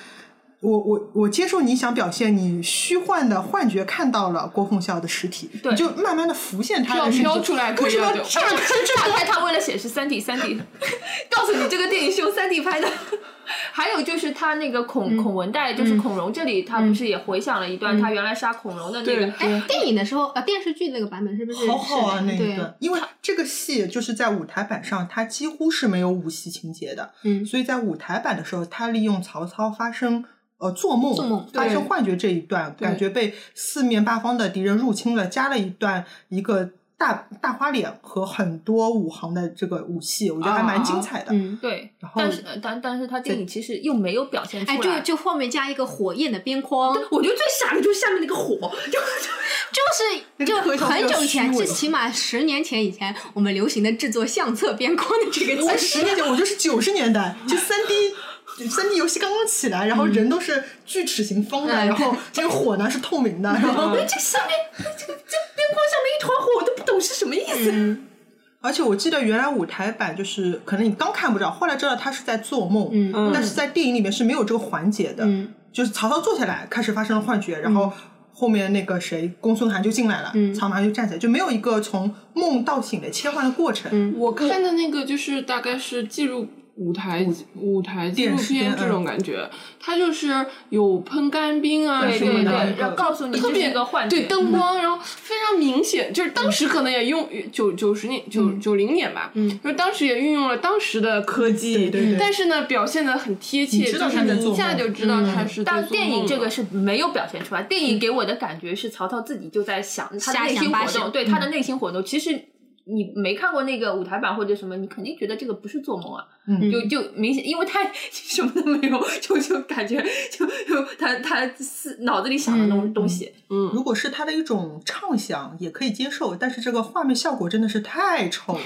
Speaker 3: 我我我接受你想表现，你虚幻的幻觉看到了郭奉孝的尸体，
Speaker 5: 对
Speaker 3: 你就慢慢的浮现他的身体
Speaker 2: 飘飘出来可以
Speaker 3: 为什么要
Speaker 2: 了就
Speaker 3: 炸开这
Speaker 5: 大
Speaker 3: 个
Speaker 5: 概他为了显示三 D 三 D，告诉你这个电影是用三 D 拍的。还有就是他那个
Speaker 3: 嗯
Speaker 5: 孔、孔文带，就是孔融这里，他不是也回想了一段他原来杀孔融的那
Speaker 3: 对，
Speaker 5: 个
Speaker 4: 哎，电影的时候呃，电视剧那个版本是不是？
Speaker 3: 好好啊，
Speaker 4: 是
Speaker 3: 那一
Speaker 4: 对，
Speaker 3: 段，因为这个戏就是在舞台版上，它几乎是没有武戏情节的，
Speaker 4: 嗯
Speaker 3: 所以在舞台版的时候，他利用曹操发生呃做梦、
Speaker 4: 做梦
Speaker 3: 发生
Speaker 2: 对
Speaker 3: 幻觉这一段，感觉被四面八方的敌人入侵了，加了一段一个大大花脸和很多武行的这个武戏，我觉得还蛮精彩的。
Speaker 4: 嗯，
Speaker 5: 对
Speaker 3: 然，后
Speaker 5: 但是呃但但是他电影其实又没有表现出来。
Speaker 4: 哎，就就后面加一个火焰的边框，
Speaker 5: 我觉得最傻的就是下面那个火，就
Speaker 4: 就是
Speaker 3: 那个
Speaker 4: 就
Speaker 3: 科学
Speaker 4: 很久以前，
Speaker 3: 比较虚
Speaker 4: 最
Speaker 3: 伪
Speaker 4: 起码十年前以前，我们流行的制作相册边框的这个
Speaker 3: 我
Speaker 4: 技
Speaker 3: 十
Speaker 4: 术。
Speaker 3: 年前，我就是九十年代，就三 D 三 D 游戏刚刚起来，然后人都是锯齿形方的，
Speaker 4: 哎
Speaker 3: 然后这个火呢是透明
Speaker 4: 嗯
Speaker 3: 的，然后
Speaker 5: 我觉得这下面这这这边框下面一团火，我都不懂是什么意思。
Speaker 3: 而且我记得原来舞台版就是，可能你刚看不着，后来知道他是在做梦，
Speaker 4: 嗯
Speaker 2: 嗯
Speaker 3: 但是在电影里面是没有这个环节的，
Speaker 4: 嗯
Speaker 3: 就是曹操坐下来开始发生了幻觉，然后后面那个谁公孙涵就进来了，
Speaker 4: 嗯
Speaker 3: 曹瞒就站起来，就没有一个从梦到醒的切换的过程。
Speaker 4: 嗯
Speaker 2: 我看的那个就是大概是记录舞台舞台纪录
Speaker 3: 电视
Speaker 2: 片
Speaker 3: 片
Speaker 2: 这种感觉，它就是有喷干冰啊
Speaker 5: 对
Speaker 2: 什
Speaker 5: 对
Speaker 2: 么的，
Speaker 5: 对，然后告诉你
Speaker 2: 特
Speaker 5: 这是
Speaker 2: 别
Speaker 5: 一个幻觉。
Speaker 2: 对灯光，然后非常明显，就是当时可能也用九九十年九九零年吧，
Speaker 4: 嗯
Speaker 2: 就是当时也运用了当时的科技，
Speaker 3: 对对对
Speaker 2: 但是呢，表现的很贴切，
Speaker 3: 你知道
Speaker 2: 就是
Speaker 3: 他在
Speaker 2: 你一
Speaker 3: 做
Speaker 2: 下
Speaker 3: 梦
Speaker 2: 就知道他是在
Speaker 5: 但
Speaker 2: 做
Speaker 5: 电影
Speaker 2: 梦
Speaker 5: 这
Speaker 2: 了
Speaker 5: 个是没有表现出来，
Speaker 3: 嗯
Speaker 5: 电影给我的感觉是曹操自己就在想他的
Speaker 4: 瞎
Speaker 5: 内
Speaker 4: 想
Speaker 5: 心
Speaker 4: 八
Speaker 5: 活动，
Speaker 4: 想
Speaker 5: 对他
Speaker 3: 嗯
Speaker 5: 的内心活动。其实你没看过那个舞台版或者什么，你肯定觉得这个不是做梦啊，
Speaker 3: 嗯
Speaker 5: 就就明显，因为他 什么都没有，就就感觉就就他他思脑子里想的东
Speaker 4: 嗯
Speaker 5: 东西，
Speaker 2: 嗯，
Speaker 3: 如果是他的一种畅想，也可以接受，但是这个画面效果真的是太丑了。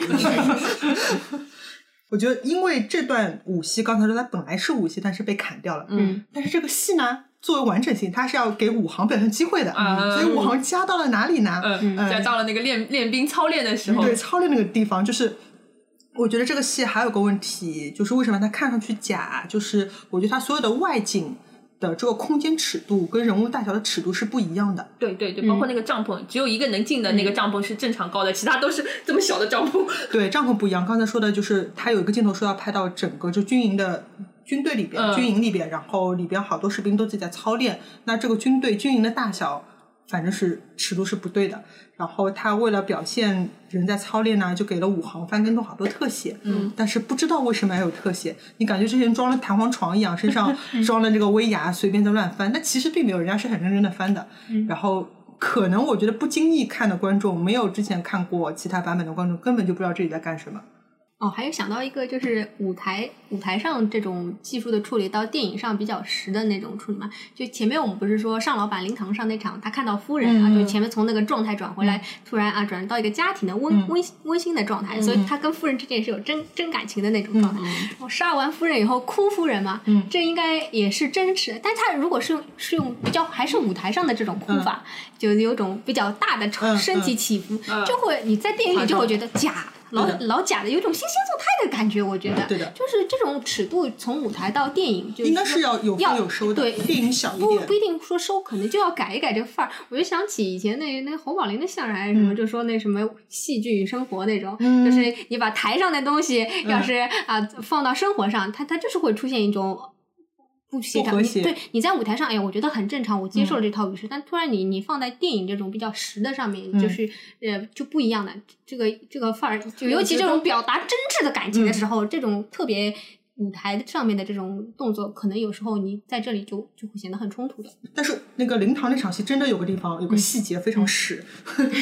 Speaker 3: 我觉得，因为这段舞戏，刚才说它本来是舞戏，但是被砍掉了。
Speaker 4: 嗯，
Speaker 3: 但是这个戏呢，作为完整性，它是要给武行表现机会的，
Speaker 5: 嗯
Speaker 3: 所以武行加到了哪里呢？
Speaker 5: 嗯，哦
Speaker 3: 嗯
Speaker 5: 再到了那个练练兵操练的时候，
Speaker 3: 对，操练那个地方，就是我觉得这个戏还有个问题，就是为什么它看上去假？就是我觉得它所有的外景的这个空间尺度跟人物大小的尺度是不一样的。
Speaker 5: 对对
Speaker 3: 嗯
Speaker 5: 对，包括那个帐篷，只有一个能进的那个帐篷是正常高的，其他都是这么小的帐篷，
Speaker 3: 对，帐篷不一样。刚才说的就是他有一个镜头说要拍到整个就军营的军队里边，
Speaker 5: 嗯
Speaker 3: 军营里边，然后里边好多士兵都自己在操练。那这个军队军营的大小反正是尺度是不对的。然后他为了表现人在操练呢、啊就给了五行翻跟头好多特写。嗯，但是不知道为什么要有特写，你感觉这些人装了弹簧床一样，身上装了这个威亚，随便在乱翻，但其实并没有，人家是很认真的翻的。然后可能我觉得不经意看的观众，没有之前看过其他版本的观众，根本就不知道这里在干什么。
Speaker 4: 哦，还有想到一个，就是舞台舞台上这种技术的处理，到电影上比较实的那种处理嘛。就前面我们不是说尚老板林堂上那场，他看到夫人，
Speaker 3: 嗯
Speaker 4: 然后就前面从那个状态转回来，突然啊转到一个家庭的
Speaker 3: 嗯
Speaker 4: 温温温馨的状态，所以他跟夫人之间是有真真感情的那
Speaker 3: 嗯
Speaker 4: 种状态。我杀完夫人以后哭夫人嘛，这应该也是真实的。但他如果是用是用比较还是舞台上的这种哭法，就有种比较大的
Speaker 3: 嗯
Speaker 4: 身体起伏，就会你在电影里就会觉得假。老
Speaker 3: 对的
Speaker 4: 老假的，有种惺惺作态的感觉，我觉得。
Speaker 3: 对的
Speaker 4: 就是这种尺度，从舞台到电影，就是
Speaker 3: 应该是要有
Speaker 4: 要
Speaker 3: 分有收的，
Speaker 4: 对
Speaker 3: 电影小一
Speaker 4: 不
Speaker 3: 点
Speaker 4: 不。一定说收，可能就要改一改这个范儿。我就想起以前那那侯宝林的相声还是什么，
Speaker 3: 嗯
Speaker 4: 就说那什么戏剧与生活那种，就是你把台上的东西
Speaker 3: 嗯
Speaker 4: 要是啊、放到生活上，它它就是会出现一种。不协
Speaker 3: 不
Speaker 4: 调，
Speaker 3: 和
Speaker 4: 你
Speaker 3: 谐嗯
Speaker 4: 对你在舞台上，哎呀，我觉得很正常，我接受了这套语式，但突然你你放在电影这种比较实的上面，
Speaker 3: 嗯
Speaker 4: 就是呃就不一样了。这个这个范儿，就尤其这种表达真挚的感情
Speaker 3: 嗯
Speaker 4: 的时候，这种特别舞台上面的这种动作，可能有时候你在这里就就会显得很冲突的。
Speaker 3: 但是那个灵堂那场戏真的有个地方有个细节非常屎，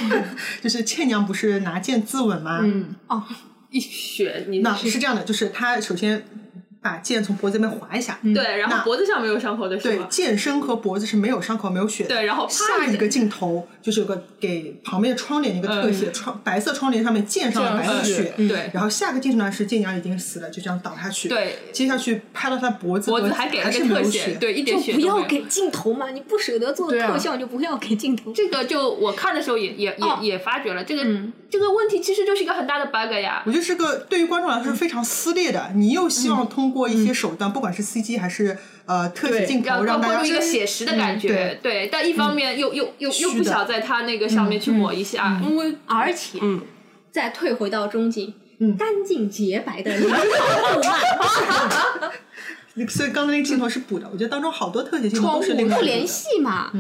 Speaker 3: 就是倩娘不是拿剑自刎吗？
Speaker 5: 嗯，
Speaker 4: 哦，
Speaker 5: 一血你
Speaker 3: 那是这样的，就是她首先把剑从脖子那边划一下，
Speaker 5: 对，然
Speaker 3: 嗯那
Speaker 5: 后脖子上没有伤口的是
Speaker 3: 对，
Speaker 5: 吗？
Speaker 3: 剑身和脖子是没有伤口没有血的。
Speaker 5: 对，然后啪
Speaker 3: 下一个镜头就是有个给旁边的窗帘一个特写，窗白色窗帘上面溅上了白色的血，
Speaker 5: 嗯对
Speaker 3: 然后下个镜头呢是剑娘已经死了，就这样倒下去。
Speaker 5: 对
Speaker 3: 接下去拍到她脖子，
Speaker 5: 脖子还给了
Speaker 3: 还
Speaker 5: 个
Speaker 3: 是没
Speaker 5: 特
Speaker 3: 有
Speaker 5: 写，
Speaker 3: 血。
Speaker 5: 对，一点
Speaker 4: 就
Speaker 5: 血
Speaker 4: 不
Speaker 5: 都没
Speaker 4: 要
Speaker 5: 有
Speaker 4: 给镜头嘛，你不舍得做
Speaker 2: 对啊
Speaker 4: 特效，就不要给镜头。
Speaker 5: 这个就我看的时候也也也、
Speaker 4: 哦
Speaker 5: 也发觉了，这个、这个问题其实就是一个很大的 bug 呀
Speaker 3: 我。觉得是个对于观众来说是非常撕裂
Speaker 5: 嗯
Speaker 3: 的。你又希望通过一些手段，不管是 CG 还是呃特写
Speaker 2: 对
Speaker 3: 镜
Speaker 5: 要
Speaker 3: 头，让
Speaker 5: 要
Speaker 3: 大
Speaker 5: 灌
Speaker 3: 家
Speaker 5: 入一个写实的感觉，
Speaker 3: 对
Speaker 5: 但一方面又、又又又
Speaker 3: 虚的
Speaker 5: 不想在它那个上面去抹一下，因为
Speaker 4: 而且，
Speaker 2: 嗯
Speaker 4: 再退回到中景，
Speaker 3: 嗯
Speaker 4: 干净洁白 的灵堂动漫，
Speaker 3: 所以刚才那个镜头是补的，我觉得当中好多特写镜头
Speaker 5: 窗
Speaker 3: 都是
Speaker 5: 户
Speaker 3: 那个
Speaker 4: 不
Speaker 3: 补的
Speaker 4: 联系嘛。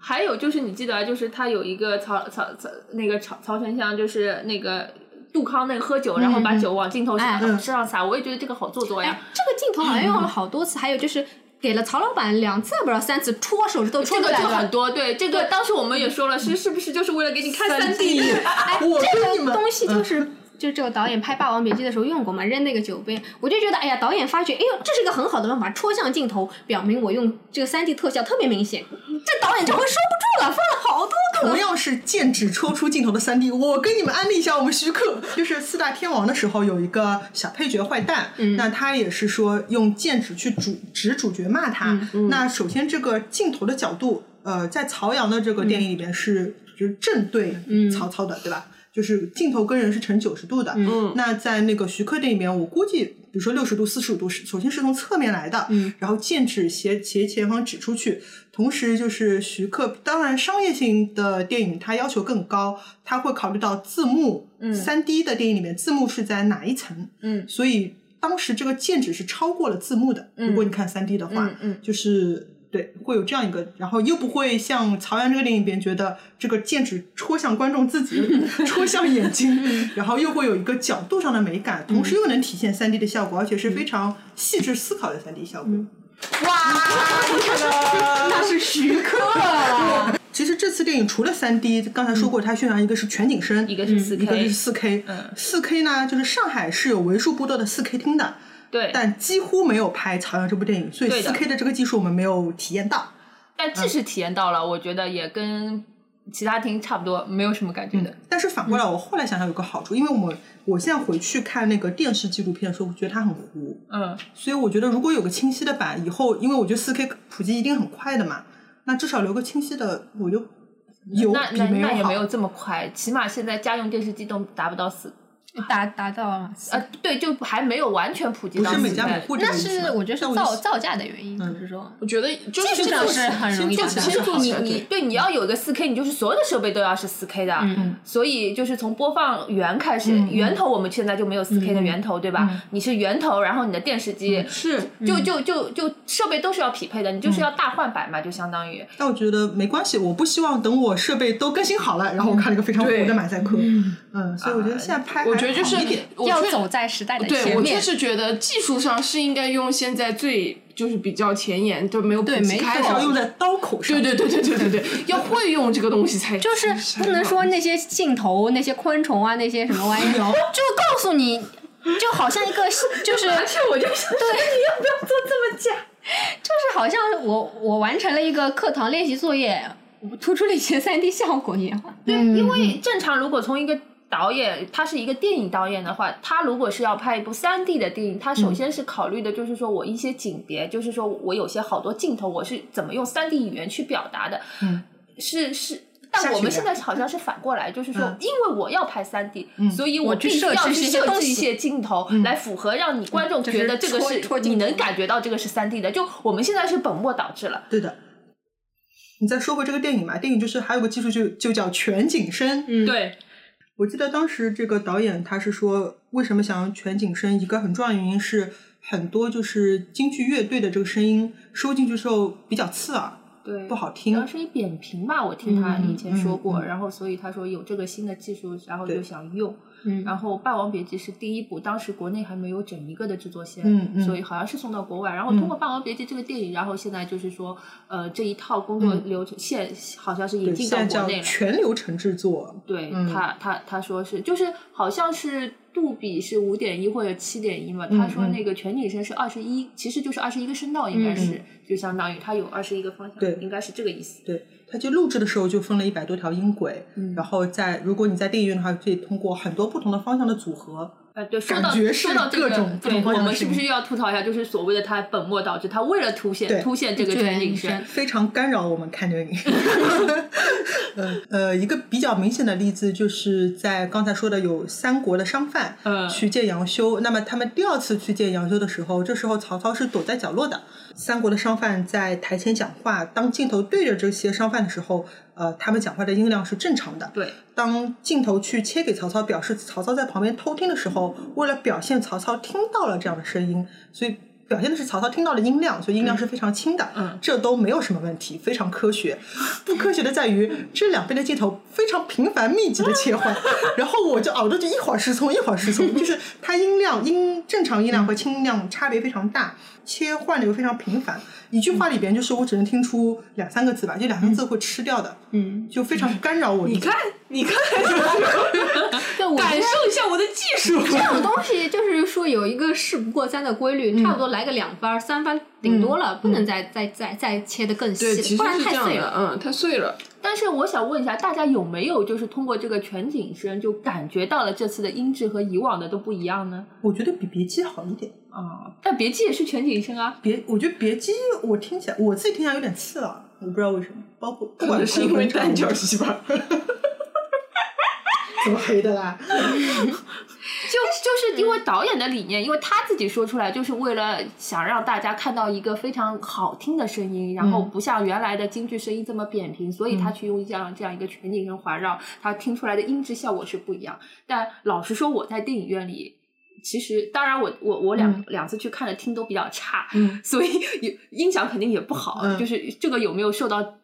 Speaker 5: 还有就是你记得啊，就是他有一个曹曹曹那个曹曹丞相，就是那个杜康那个喝酒，然后把酒往镜头上
Speaker 4: 哎
Speaker 5: 身上洒，我也觉得这个好做作呀
Speaker 4: 哎。，这个镜头好像用了好多次，还有就是给了曹老板两次，不知道三次戳手指头戳
Speaker 5: 这
Speaker 4: 出
Speaker 5: 个
Speaker 4: 来
Speaker 5: 就很
Speaker 4: 了。
Speaker 5: 多，对这个当时我们也说了，是是不是就是为了给你看三 D？
Speaker 4: 哎，
Speaker 3: 我跟你
Speaker 4: 这个
Speaker 3: 们
Speaker 4: 东西就是。就这个导演拍《霸王别姬》的时候用过嘛，扔那个酒杯，我就觉得，哎呀，导演发觉，哎呦，这是一个很好的办法，戳向镜头，表明我用这个三 D 特效特别明显。这导演这回收不住了，放了好多个
Speaker 3: 同样是剑指戳出镜头的三 D，我跟你们安利一下我们徐克，就是四大天王的时候有一个小配角坏蛋，那他也是说用剑指去主指主角骂他。那首先这个镜头的角度，呃，在曹阳的这个电影里边是、就是正对曹操的，对吧？就是镜头跟人是成九十度的，
Speaker 2: 嗯
Speaker 3: 那在那个徐克这里面，我估计，比如说六十度、四十五度，是首先是从侧面来的，嗯，然后剑指斜斜前方指出去，同时就是徐克，当然商业性的电影它要求更高，它会考虑到字幕，嗯，三 D 的电影里面字幕是在哪一层，
Speaker 5: 嗯，
Speaker 3: 所以当时这个剑指是超过了字幕的，如果你看三 D 的话，
Speaker 5: 嗯嗯
Speaker 3: 就是。对，会有这样一个，然后又不会像《曹阳》这个电影里边觉得这个剑指戳向观众自 己，戳向眼睛，
Speaker 5: 嗯
Speaker 3: 然后又会有一个角度上的美感，同时又能体现三 D 的效果，而且
Speaker 5: 嗯
Speaker 3: 是非常细致思考的三 D 效果。
Speaker 2: 那是徐克，
Speaker 3: 其实这次电影除了三 D，刚才说过，它宣传一个是全景声，
Speaker 5: 嗯
Speaker 3: 嗯
Speaker 5: 一个是四
Speaker 3: 一个
Speaker 5: K，嗯
Speaker 3: 是四 K，四 K 呢，就是上海是有为数不多的四 K 厅的，
Speaker 5: 对，
Speaker 3: 但几乎没有拍《朝阳》这部电影，所以
Speaker 5: 对
Speaker 3: 四
Speaker 5: 的
Speaker 3: K 的这个技术我们没有体验到。
Speaker 5: 但即使体验到了，我觉得也跟其他厅差不多，没有什么感觉的。
Speaker 3: 但是反过来，我后来想想有个好处，因为我我现在回去看那个电视纪录片的时候，我觉得它很糊，
Speaker 5: 嗯，
Speaker 3: 所以我觉得如果有个清晰的版，以后因为我觉得四 K 普及一定很快的嘛，那至少留个清晰的，我就有
Speaker 5: 那
Speaker 3: 比
Speaker 5: 那
Speaker 3: 没有
Speaker 5: 那也
Speaker 3: 好。
Speaker 5: 没有这么快，起码现在家用电视机都达不到四
Speaker 1: 达达到了吗？
Speaker 5: 呃，对，就还没有完全普及
Speaker 3: 不
Speaker 5: 到
Speaker 3: 是每
Speaker 5: 现
Speaker 3: 家每
Speaker 5: 在。
Speaker 3: 户这
Speaker 4: 那
Speaker 3: 个意思
Speaker 4: 是
Speaker 3: 吗
Speaker 4: 我觉得是
Speaker 3: 但我
Speaker 4: 造
Speaker 3: 就
Speaker 4: 造价的原因，
Speaker 3: 嗯
Speaker 4: 就是说，
Speaker 2: 我觉得就是
Speaker 4: 技术上是很容易
Speaker 3: 先
Speaker 4: 达
Speaker 3: 做
Speaker 4: 到
Speaker 3: 先
Speaker 4: 的。
Speaker 3: 做
Speaker 5: 你你对你要有个四 K，你就是所有的设备都要是四 K 的，
Speaker 4: 嗯
Speaker 5: 所以就是从播放源开始，
Speaker 1: 嗯嗯
Speaker 5: 源头我们现在就没有四 K 的源头，对吧？你是源头，然后你的电视机，
Speaker 2: 是
Speaker 5: 就就就就设备都是要匹配的，你就是要大换版嘛，就相当于。
Speaker 3: 但我觉得没关系，我不希望等我设备都更新好了，然后我看了一个非常糊
Speaker 2: 对
Speaker 3: 的马赛克。嗯，所以我觉得现在拍还
Speaker 2: 我觉得就是
Speaker 3: 好一点
Speaker 2: 我
Speaker 4: 要
Speaker 2: 确
Speaker 4: 走在时代的
Speaker 2: 对
Speaker 4: 前
Speaker 2: 我
Speaker 4: 面
Speaker 2: 确。实觉得技术上是应该用现在最就是比较前沿，就没有普
Speaker 4: 对
Speaker 2: 及
Speaker 4: 没
Speaker 2: 开
Speaker 3: 至少
Speaker 2: 的
Speaker 3: 用在刀口上。
Speaker 2: 对对对对对对对，要会用这个东西才
Speaker 4: 就是不能说那些镜头、那些昆虫啊、那些什么玩意 儿，就告诉你，就好像一个就是
Speaker 5: 而且我就想说，你要不要做这么假？
Speaker 4: 就是好像我我完成了一个课堂练习作业，我突出了一些三 D 效果一样。嗯
Speaker 5: 对，
Speaker 3: 嗯
Speaker 5: 因为正常如果从一个导演，他是一个电影导演的话，他如果是要拍一部三 D 的电影，他
Speaker 3: 嗯
Speaker 5: 首先是考虑的就是说我一些景别，就是说我有些好多镜头，我是怎么用三 D 语言去表达的，
Speaker 3: 嗯，
Speaker 5: 是是。但
Speaker 3: 下
Speaker 5: 我们
Speaker 3: 去
Speaker 5: 现
Speaker 3: 的
Speaker 5: 在好像是反过来，就是说
Speaker 3: 嗯，
Speaker 5: 因为我要拍三 D，、所以
Speaker 4: 我
Speaker 5: 必
Speaker 4: 去
Speaker 5: 须
Speaker 4: 设
Speaker 5: 要
Speaker 4: 置
Speaker 5: 去
Speaker 4: 一些
Speaker 5: 设
Speaker 4: 东
Speaker 5: 置
Speaker 4: 西
Speaker 5: 一些镜头来符合，让你观众
Speaker 3: 嗯就是
Speaker 5: 觉得这个
Speaker 3: 戳
Speaker 5: 是
Speaker 3: 戳
Speaker 5: 你
Speaker 3: 镜
Speaker 5: 能
Speaker 3: 头
Speaker 5: 感觉到这个是三 D 的，就我们现在是本末倒置了。
Speaker 3: 对的。你再说回这个电影嘛，电影就是还有个技术就就叫全景声。
Speaker 4: 嗯
Speaker 5: 对，
Speaker 3: 我记得当时这个导演他是说，为什么想用全景声？一个很重要的原因是，很多就是京剧乐队的这个声音收进去之后比较刺耳，
Speaker 5: 对，
Speaker 3: 不好
Speaker 5: 然后
Speaker 3: 听。
Speaker 5: 是一扁平吧，我听他
Speaker 4: 嗯
Speaker 5: 以前说过，
Speaker 3: 嗯嗯嗯
Speaker 5: 然后所以他说有这个新的技术，然后
Speaker 3: 对
Speaker 5: 就想用。
Speaker 4: 嗯
Speaker 5: 然后《霸王别姬》是第一部，当时国内还没有整一个的制作线，
Speaker 3: 嗯嗯
Speaker 5: 所以好像是送到国外。然后通过《霸王别姬》这个电影，然后现在就是说，呃，这一套工作流程线好像是
Speaker 3: 嗯
Speaker 5: 引
Speaker 3: 对，
Speaker 5: 进
Speaker 3: 现
Speaker 5: 到
Speaker 3: 在
Speaker 5: 国
Speaker 3: 叫
Speaker 5: 内了。
Speaker 3: 全流程制作。
Speaker 5: 对、
Speaker 3: 嗯
Speaker 5: 他，他他说是，就是好像是杜比是五点一或者七点一嘛，
Speaker 3: 嗯嗯
Speaker 5: 他说那个全景声是二十一，其实就是二十一个声道，应该是、就相当于它有二十一个方向，
Speaker 3: 对
Speaker 5: 应该是这个意思。
Speaker 3: 对，他就录制的时候就分了一百多条音轨，
Speaker 5: 嗯
Speaker 3: 然后在如果你在电影院的话，可以通过很多不同的方向的组合。
Speaker 5: 呃，对，说
Speaker 3: 感
Speaker 5: 到
Speaker 3: 觉
Speaker 5: 说
Speaker 3: 是
Speaker 5: 到这
Speaker 3: 各
Speaker 5: 个
Speaker 3: 种，不
Speaker 5: 对，
Speaker 3: 同方
Speaker 5: 我
Speaker 3: 向
Speaker 5: 们
Speaker 3: 的
Speaker 5: 是不
Speaker 3: 声
Speaker 5: 是又要吐槽一下？就是所谓的他本末倒置，他为了凸显
Speaker 3: 对
Speaker 5: 凸显这个
Speaker 4: 对
Speaker 5: 全景
Speaker 4: 是
Speaker 5: 声，
Speaker 3: 非常干扰我们看电影。 呃呃，一个比较明显的例子就是在刚才说的有三国的商贩
Speaker 5: 嗯
Speaker 3: 去见杨修，那么他们第二次去见杨修的时候，这时候曹操是躲在角落的。三国的商贩在台前讲话，当镜头对着这些商贩的时候，呃，他们讲话的音量是正常的。
Speaker 5: 对，
Speaker 3: 当镜头去切给曹操，表示曹操在旁边偷听的时候，为了表现曹操听到了这样的声音，所以表现的是曹操听到的音量，所以音量是非常轻的。
Speaker 5: 嗯
Speaker 3: 这都没有什么问题，非常科学。不科学的在于这两边的镜头非常频繁密集的 切换，然后我就耳朵就一会儿失聪，一会儿失聪，就是它音量音正常音量和轻音量差别非常大，切换的又非常频繁。一句话里边就是我只能听出两三个字吧，就两三个字会吃掉的，
Speaker 4: 嗯，
Speaker 3: 就非常干扰我。
Speaker 2: 你看，你 看，
Speaker 4: 对，我
Speaker 2: 感
Speaker 4: 觉得
Speaker 2: 受一下我的技术。
Speaker 4: 这种东西就是说有一个事不过三的规律，差不多来个两番儿、三番顶多了，不能再再再再切的更
Speaker 2: 对，其
Speaker 4: 细，
Speaker 2: 实
Speaker 4: 不然
Speaker 2: 是这
Speaker 4: 太
Speaker 2: 样
Speaker 4: 碎了
Speaker 2: 的，。嗯，太碎了。
Speaker 5: 但是我想问一下，大家有没有就是通过这个全景声就感觉到了这次的音质和以往的都不一样呢？
Speaker 3: 我觉得比别姬好一点。
Speaker 5: 啊、但别姬也是全景声啊，
Speaker 3: 别，我觉得别姬我听起来我自己听起来有点刺耳，我不知道为什么。包括不
Speaker 2: 可
Speaker 3: 管
Speaker 2: 能是因为
Speaker 3: 单
Speaker 2: 单角戏吧。
Speaker 3: 怎么黑的啦？
Speaker 5: 就就是因为导演的理念，因为他自己说出来，就是为了想让大家看到一个非常好听的声音，然
Speaker 3: 嗯
Speaker 5: 后不像原来的京剧声音这么扁平，所以他去用这样这样一个全景声环绕，他听出来的音质效果是不一样。但老实说，我在电影院里。其实，当然我，我我两、
Speaker 3: 嗯
Speaker 5: 两次去看的听都比较差，
Speaker 2: 嗯
Speaker 5: 所以也音响肯定也不好，
Speaker 3: 嗯
Speaker 5: 就是这个有没有受到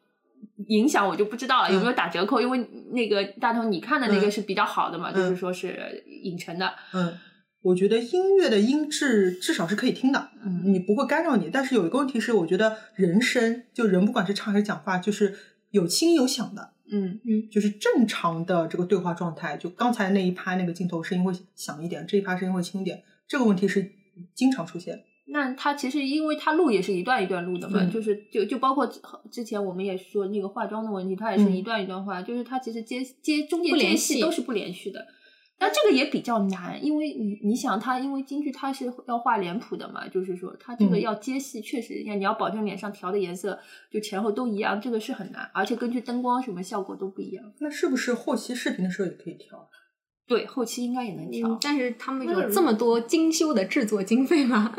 Speaker 5: 影响我就不知道了，有没有打折扣？因为那个大头你看的那个
Speaker 3: 嗯
Speaker 5: 是比较好的嘛，就是
Speaker 3: 嗯
Speaker 5: 说是影城的，
Speaker 3: 嗯，我觉得音乐的音质至少是可以听的，
Speaker 5: 嗯
Speaker 3: 你不会干扰你。但是有一个问题是，我觉得人声就人不管是唱还是讲话，就是有轻有响的，
Speaker 5: 嗯
Speaker 3: 就是正常的这个对话状态。就刚才那一趴那个镜头声音会响一点，这一趴声音会轻一点，这个问题是经常出现的。
Speaker 5: 那它其实因为它录也是一段一段录的嘛，
Speaker 3: 对
Speaker 5: 就是就就包括之之前我们也说那个化妆的问题，它也是
Speaker 3: 嗯
Speaker 5: 一段一段化，就是它其实接接中间
Speaker 4: 不
Speaker 5: 接
Speaker 4: 连
Speaker 5: 戏
Speaker 4: 续
Speaker 5: 都是不连续的。但这个也比较难，因为你你想它，因为京剧它是要画脸谱的嘛，就是说它这个
Speaker 3: 嗯
Speaker 5: 要接戏，确实要你要保证脸上调的颜色就前后都一样，这个是很难，而且根据灯光什么效果都不一样。
Speaker 3: 那是不是后期视频的时候也可以调？
Speaker 5: 对，后期应该也能调。
Speaker 4: 嗯，但是他们有这么多精修的制作经费吗？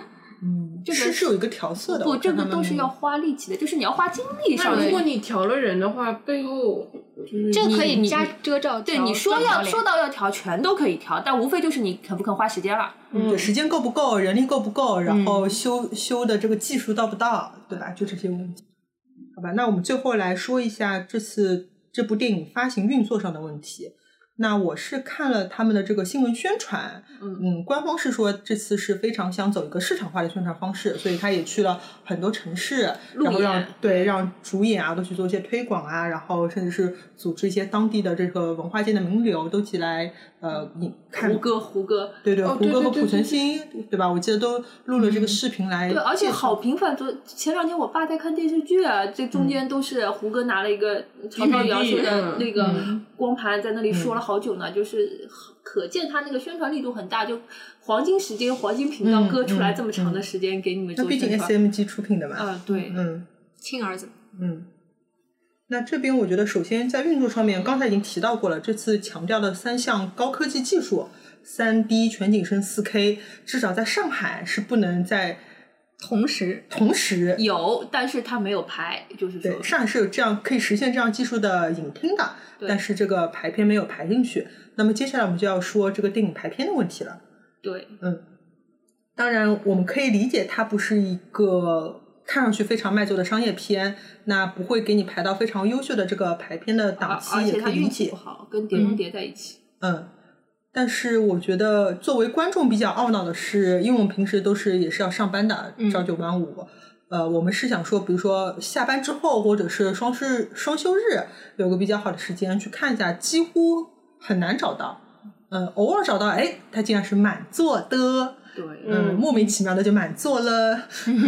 Speaker 3: 嗯，
Speaker 5: 这个
Speaker 3: 是是有一个调色的，
Speaker 5: 不，
Speaker 3: 我
Speaker 5: 这
Speaker 3: 看
Speaker 5: 个
Speaker 3: 他们
Speaker 5: 都是
Speaker 3: 那
Speaker 5: 要花力气的，就是你要花精力上
Speaker 2: 那
Speaker 5: 的
Speaker 2: 如。果你调了人的话，背后就是
Speaker 4: 这个可以
Speaker 5: 你
Speaker 4: 加
Speaker 5: 你
Speaker 4: 遮罩条，
Speaker 5: 对你说
Speaker 4: 装条
Speaker 5: 要
Speaker 4: 帘
Speaker 5: 说到要调，全都可以调，但无非就是你肯不肯花时间了。
Speaker 3: 嗯对时间够不够，人力够不够，
Speaker 5: 嗯
Speaker 3: 然后修、修的这个技术到不到，对吧？就这些问题。好吧，那我们最后来说一下这次这部电影发行运作上的问题。那我是看了他们的这个新闻宣传，
Speaker 5: 嗯
Speaker 3: 官方是说这次是非常想走一个市场化的宣传方式，所以他也去了很多城市，然后让
Speaker 5: 演
Speaker 3: 对让主演啊都去做一些推广啊，然后甚至是组织一些当地的这个文化界的名流都起来呃引看
Speaker 5: 胡歌，胡歌，
Speaker 3: 对对，
Speaker 2: 哦
Speaker 3: 胡
Speaker 2: 对
Speaker 3: 歌
Speaker 2: 对
Speaker 3: 和
Speaker 2: 对
Speaker 3: 濮存
Speaker 2: 对
Speaker 3: 昕，对吧？我记得都录了这个视频来介
Speaker 5: 嗯
Speaker 3: 绍。
Speaker 5: 对，而且好频繁。昨前两天我爸在看电视剧啊，这
Speaker 3: 嗯
Speaker 5: 中间都是胡歌拿了一个曹操姚秀的那个
Speaker 3: 嗯
Speaker 5: 光盘，在那里说了好久呢，就是可见他那个宣传力度很大，就黄金时间、黄金频道
Speaker 3: 嗯
Speaker 5: 割出来
Speaker 3: 嗯
Speaker 5: 这么长的时间给你们
Speaker 3: 那
Speaker 5: 做
Speaker 3: 毕竟
Speaker 5: 宣传。
Speaker 3: SMG 出品的嘛。
Speaker 5: 啊，对，
Speaker 3: 嗯
Speaker 4: 亲儿子，
Speaker 3: 嗯。那这边我觉得，首先在运作上面，刚才已经提到过了，这次强调的三项高科技技术，三 D 全景声、四 K，至少在上海是不能在
Speaker 4: 同时
Speaker 3: 同时
Speaker 5: 有，但是他没有排，就是说
Speaker 3: 对，上海是有这样可以实现这样技术的影厅的，
Speaker 5: 对
Speaker 3: 但是这个排片没有排进去。那么接下来我们就要说这个电影排片的问题了。
Speaker 5: 对，
Speaker 3: 当然，我们可以理解它不是一个看上去非常卖座的商业片，那不会给你排到非常优秀的这个排片的
Speaker 5: 而
Speaker 3: 档
Speaker 5: 而
Speaker 3: 期，也
Speaker 5: 且他
Speaker 3: 可以理
Speaker 5: 运气
Speaker 3: 解
Speaker 5: 不。好，跟《碟中谍》在一起。
Speaker 3: 嗯，但是我觉得作为观众比较懊恼的是，因为我们平时都是也是要上班的，朝九晚五。呃，我们是想说，比如说下班之后，或者是双日双休日，有个比较好的时间去看一下，几乎很难找到。嗯，偶尔找到，哎，它竟然是满座的。
Speaker 5: 对，
Speaker 3: 嗯，莫名其妙的就满座了。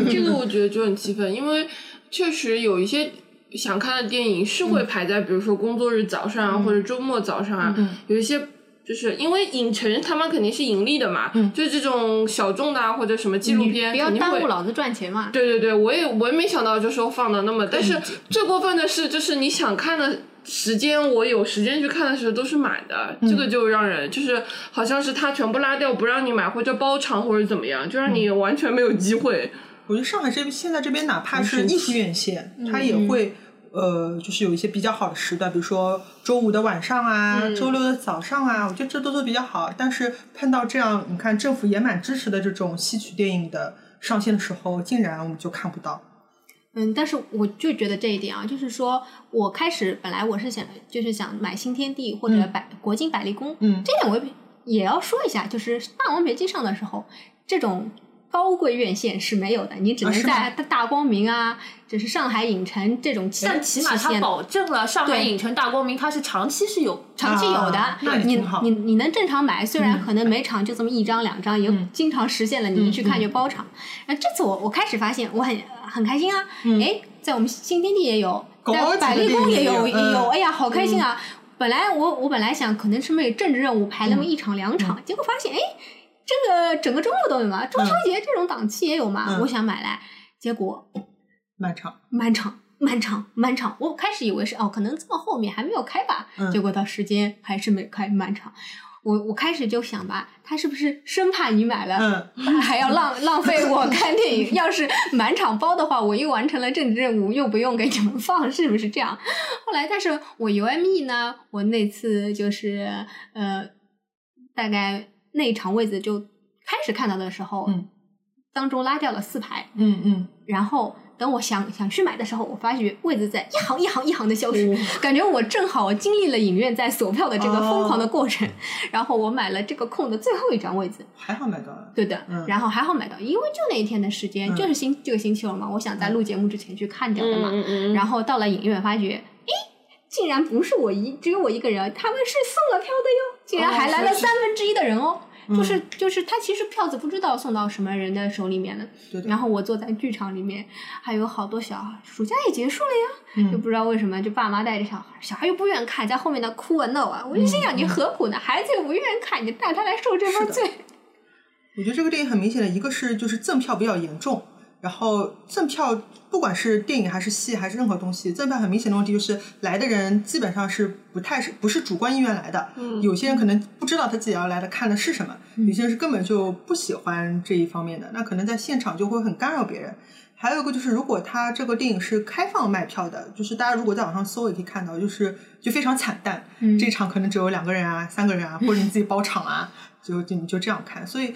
Speaker 2: 这个我觉得就很气愤，因为确实有一些想看的电影是
Speaker 4: 嗯
Speaker 2: 会排在，比如说工作日早上啊，或者周末早上啊，
Speaker 4: 嗯
Speaker 2: 有一些。就是因为影城他们肯定是盈利的嘛，就这种小众的啊或者什么纪录
Speaker 4: 嗯
Speaker 2: 片，
Speaker 4: 不要
Speaker 2: 肯定
Speaker 4: 耽
Speaker 2: 会
Speaker 4: 误老子赚钱嘛。
Speaker 2: 对对对，我也我也没想到，就是放的那么，但是最过分的是，就是你想看的时间，我有时间去看的时候都是满的，
Speaker 4: 嗯
Speaker 2: 这个就让人就是好像是他全部拉掉不让你买，或者包场或者怎么样，就让
Speaker 4: 嗯
Speaker 2: 你完全没有机会。
Speaker 3: 我觉得上海这边现在这边，哪怕是艺术院线，嗯它也会呃，就是有一些比较好的时段，比如说周五的晚上啊，周六的早上啊，我觉得这都都比较好。但是碰到这样，你看政府也蛮支持的这种戏曲电影的上线的时候，竟然我们就看不到。
Speaker 4: 嗯，但是我就觉得这一点啊，就是说我开始本来我是想就是想买新天地或者百、国金百丽宫，
Speaker 3: 嗯
Speaker 4: 这点我也也要说一下，就是《霸王别姬》上的时候，这种高贵院线是没有的，你只
Speaker 3: 啊
Speaker 4: 能
Speaker 3: 是吗
Speaker 4: 在大大光明啊，就是上海影城这种旗
Speaker 5: 但起码
Speaker 4: 旗
Speaker 5: 他
Speaker 4: 舰
Speaker 5: 保证了上海
Speaker 4: 哎对
Speaker 5: 影城大光明，它是长期是有
Speaker 4: 长期有的，
Speaker 3: 啊那也
Speaker 4: 你
Speaker 3: 挺好嗯
Speaker 4: 你你能正常买，虽然可能每场就这么一张两张，也经常实现了你一去
Speaker 3: 嗯
Speaker 4: 看就包场。然后这次我我开始发现我很很开心啊，哎，在我们新天地也有，
Speaker 3: 高嗯级
Speaker 4: 在
Speaker 3: 的
Speaker 4: 百丽宫也有
Speaker 3: 电影嗯
Speaker 4: 也有，哎呀，好开心啊！本来我我本来想可能是为政治任务排那
Speaker 3: 嗯
Speaker 4: 么一场两场，结果发现哎，这个整个周末都有嘛，中秋节这种档期也有嘛，
Speaker 3: 嗯
Speaker 4: 我想买来，结果
Speaker 3: 漫长，
Speaker 4: 漫长、漫长、漫长。我开始以为是哦，可能这么后面还没有开吧，
Speaker 3: 嗯
Speaker 4: 结果到时间还是没开漫长。我我开始就想吧，他是不是生怕你买了，
Speaker 3: 嗯，
Speaker 4: 还要浪浪费我看电影？要是满场包的话，我又完成了政治任务，又不用给你们放，是不是这样？后来，但是我 UME 呢，我那次就是呃，大概那一场位子就开始看到的时候，
Speaker 3: 嗯
Speaker 4: 当中拉掉了四排，
Speaker 3: 嗯嗯，
Speaker 4: 然后等我想想去买的时候，我发觉位置在一行一行一行的消失，感觉我正好我经历了影院在索票的这
Speaker 3: 哦
Speaker 4: 个疯狂的过程，然后我买了这个空的最后一张位置，
Speaker 3: 还好买到了。
Speaker 4: 对的，
Speaker 3: 嗯
Speaker 4: 然后还好买到，因为就那一天的时间，
Speaker 3: 嗯
Speaker 4: 就是星这个星期六嘛，我想在录节目之前去看掉的嘛，
Speaker 2: 嗯嗯
Speaker 4: 然后到了影院发觉，诶。竟然不是我一，只有我一个人，啊他们是送了票的哟，竟
Speaker 3: 哦
Speaker 4: 然还来了三分之一的人哦，
Speaker 3: 嗯
Speaker 4: 就是就是他其实票子不知道送到什么人的手里面了，
Speaker 3: 对的
Speaker 4: 然后我坐在剧场里面，还有好多小孩，暑假也结束了呀，
Speaker 3: 嗯
Speaker 4: 就不知道为什么，就爸妈带着小孩，小孩又不愿看，在后面的哭啊闹啊，我就
Speaker 3: 嗯
Speaker 4: 心想你何苦呢？孩子又不愿看，你带他来受这份罪，
Speaker 3: 我觉得这个电影很明显的一个是就是赠票比较严重，然后赠票，不管是电影还是戏还是任何东西，赠票很明显的问题就是来的人基本上是不太是不是主观意愿来的，有些人可能不知道他自己要来的看的是什么，有些人是根本就不喜欢这一方面的，那可能在现场就会很干扰别人。还有一个就是，如果他这个电影是开放卖票的，就是大家如果在网上搜也可以看到，就是就非常惨淡，
Speaker 4: 嗯
Speaker 3: 这场可能只有两个人啊、三个人啊，或者你自己包场啊，就就你就这样看。所以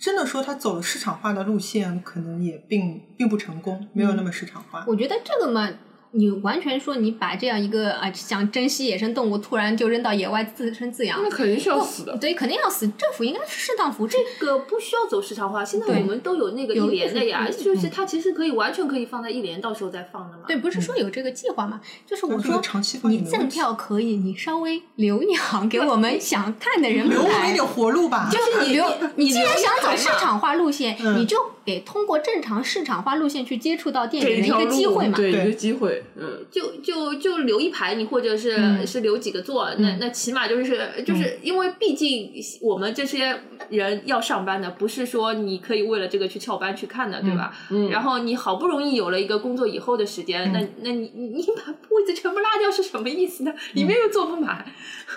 Speaker 3: 真的说他走了市场化的路线，可能也并并不成功，没有那
Speaker 5: 嗯
Speaker 3: 么市场化。
Speaker 4: 我觉得这个嘛，你完全说你把这样一个啊、想珍惜野生动物，突然就扔到野外自生自养，
Speaker 2: 那肯定是要死的。
Speaker 4: 对，肯定要死。政府应该是适当扶持。
Speaker 5: 这个呃不需要走市场化，现在
Speaker 4: 对
Speaker 5: 我们都有那个一
Speaker 4: 有
Speaker 5: 联的呀，
Speaker 4: 嗯
Speaker 5: 就是它其实可以完全可以放在一联，到时候再放的嘛。
Speaker 4: 对，不是说有这个计划嘛？就是我
Speaker 3: 但是
Speaker 4: 说
Speaker 3: 长期，放也
Speaker 4: 你
Speaker 3: 没问
Speaker 4: 赠
Speaker 3: 题
Speaker 4: 票可以，你稍微留一行给我们想看的人
Speaker 3: 留我啊们
Speaker 4: 来
Speaker 3: 一。点活路吧。
Speaker 4: 就是你留，你既然想走
Speaker 5: 嘛
Speaker 4: 市场化路线，
Speaker 3: 嗯
Speaker 4: 你就给通过正常市场化路线去接触到电影
Speaker 2: 给
Speaker 4: 人
Speaker 2: 一
Speaker 4: 一
Speaker 2: 条
Speaker 4: 个
Speaker 2: 路，
Speaker 4: 机会嘛。
Speaker 2: 对
Speaker 3: 对
Speaker 2: 一个机会，嗯，
Speaker 5: 就就就留一排你，或者是、
Speaker 4: 嗯
Speaker 5: 是留几个座，那那起码就是就是因为毕竟我们这些人要上班的，不是说你可以为了这个去翘班去看的，对吧？
Speaker 2: 嗯
Speaker 5: 然后你好不容易有了一个工作以后的时间，那那你你你把铺子全部拉掉是什么意思呢？里面又坐不满，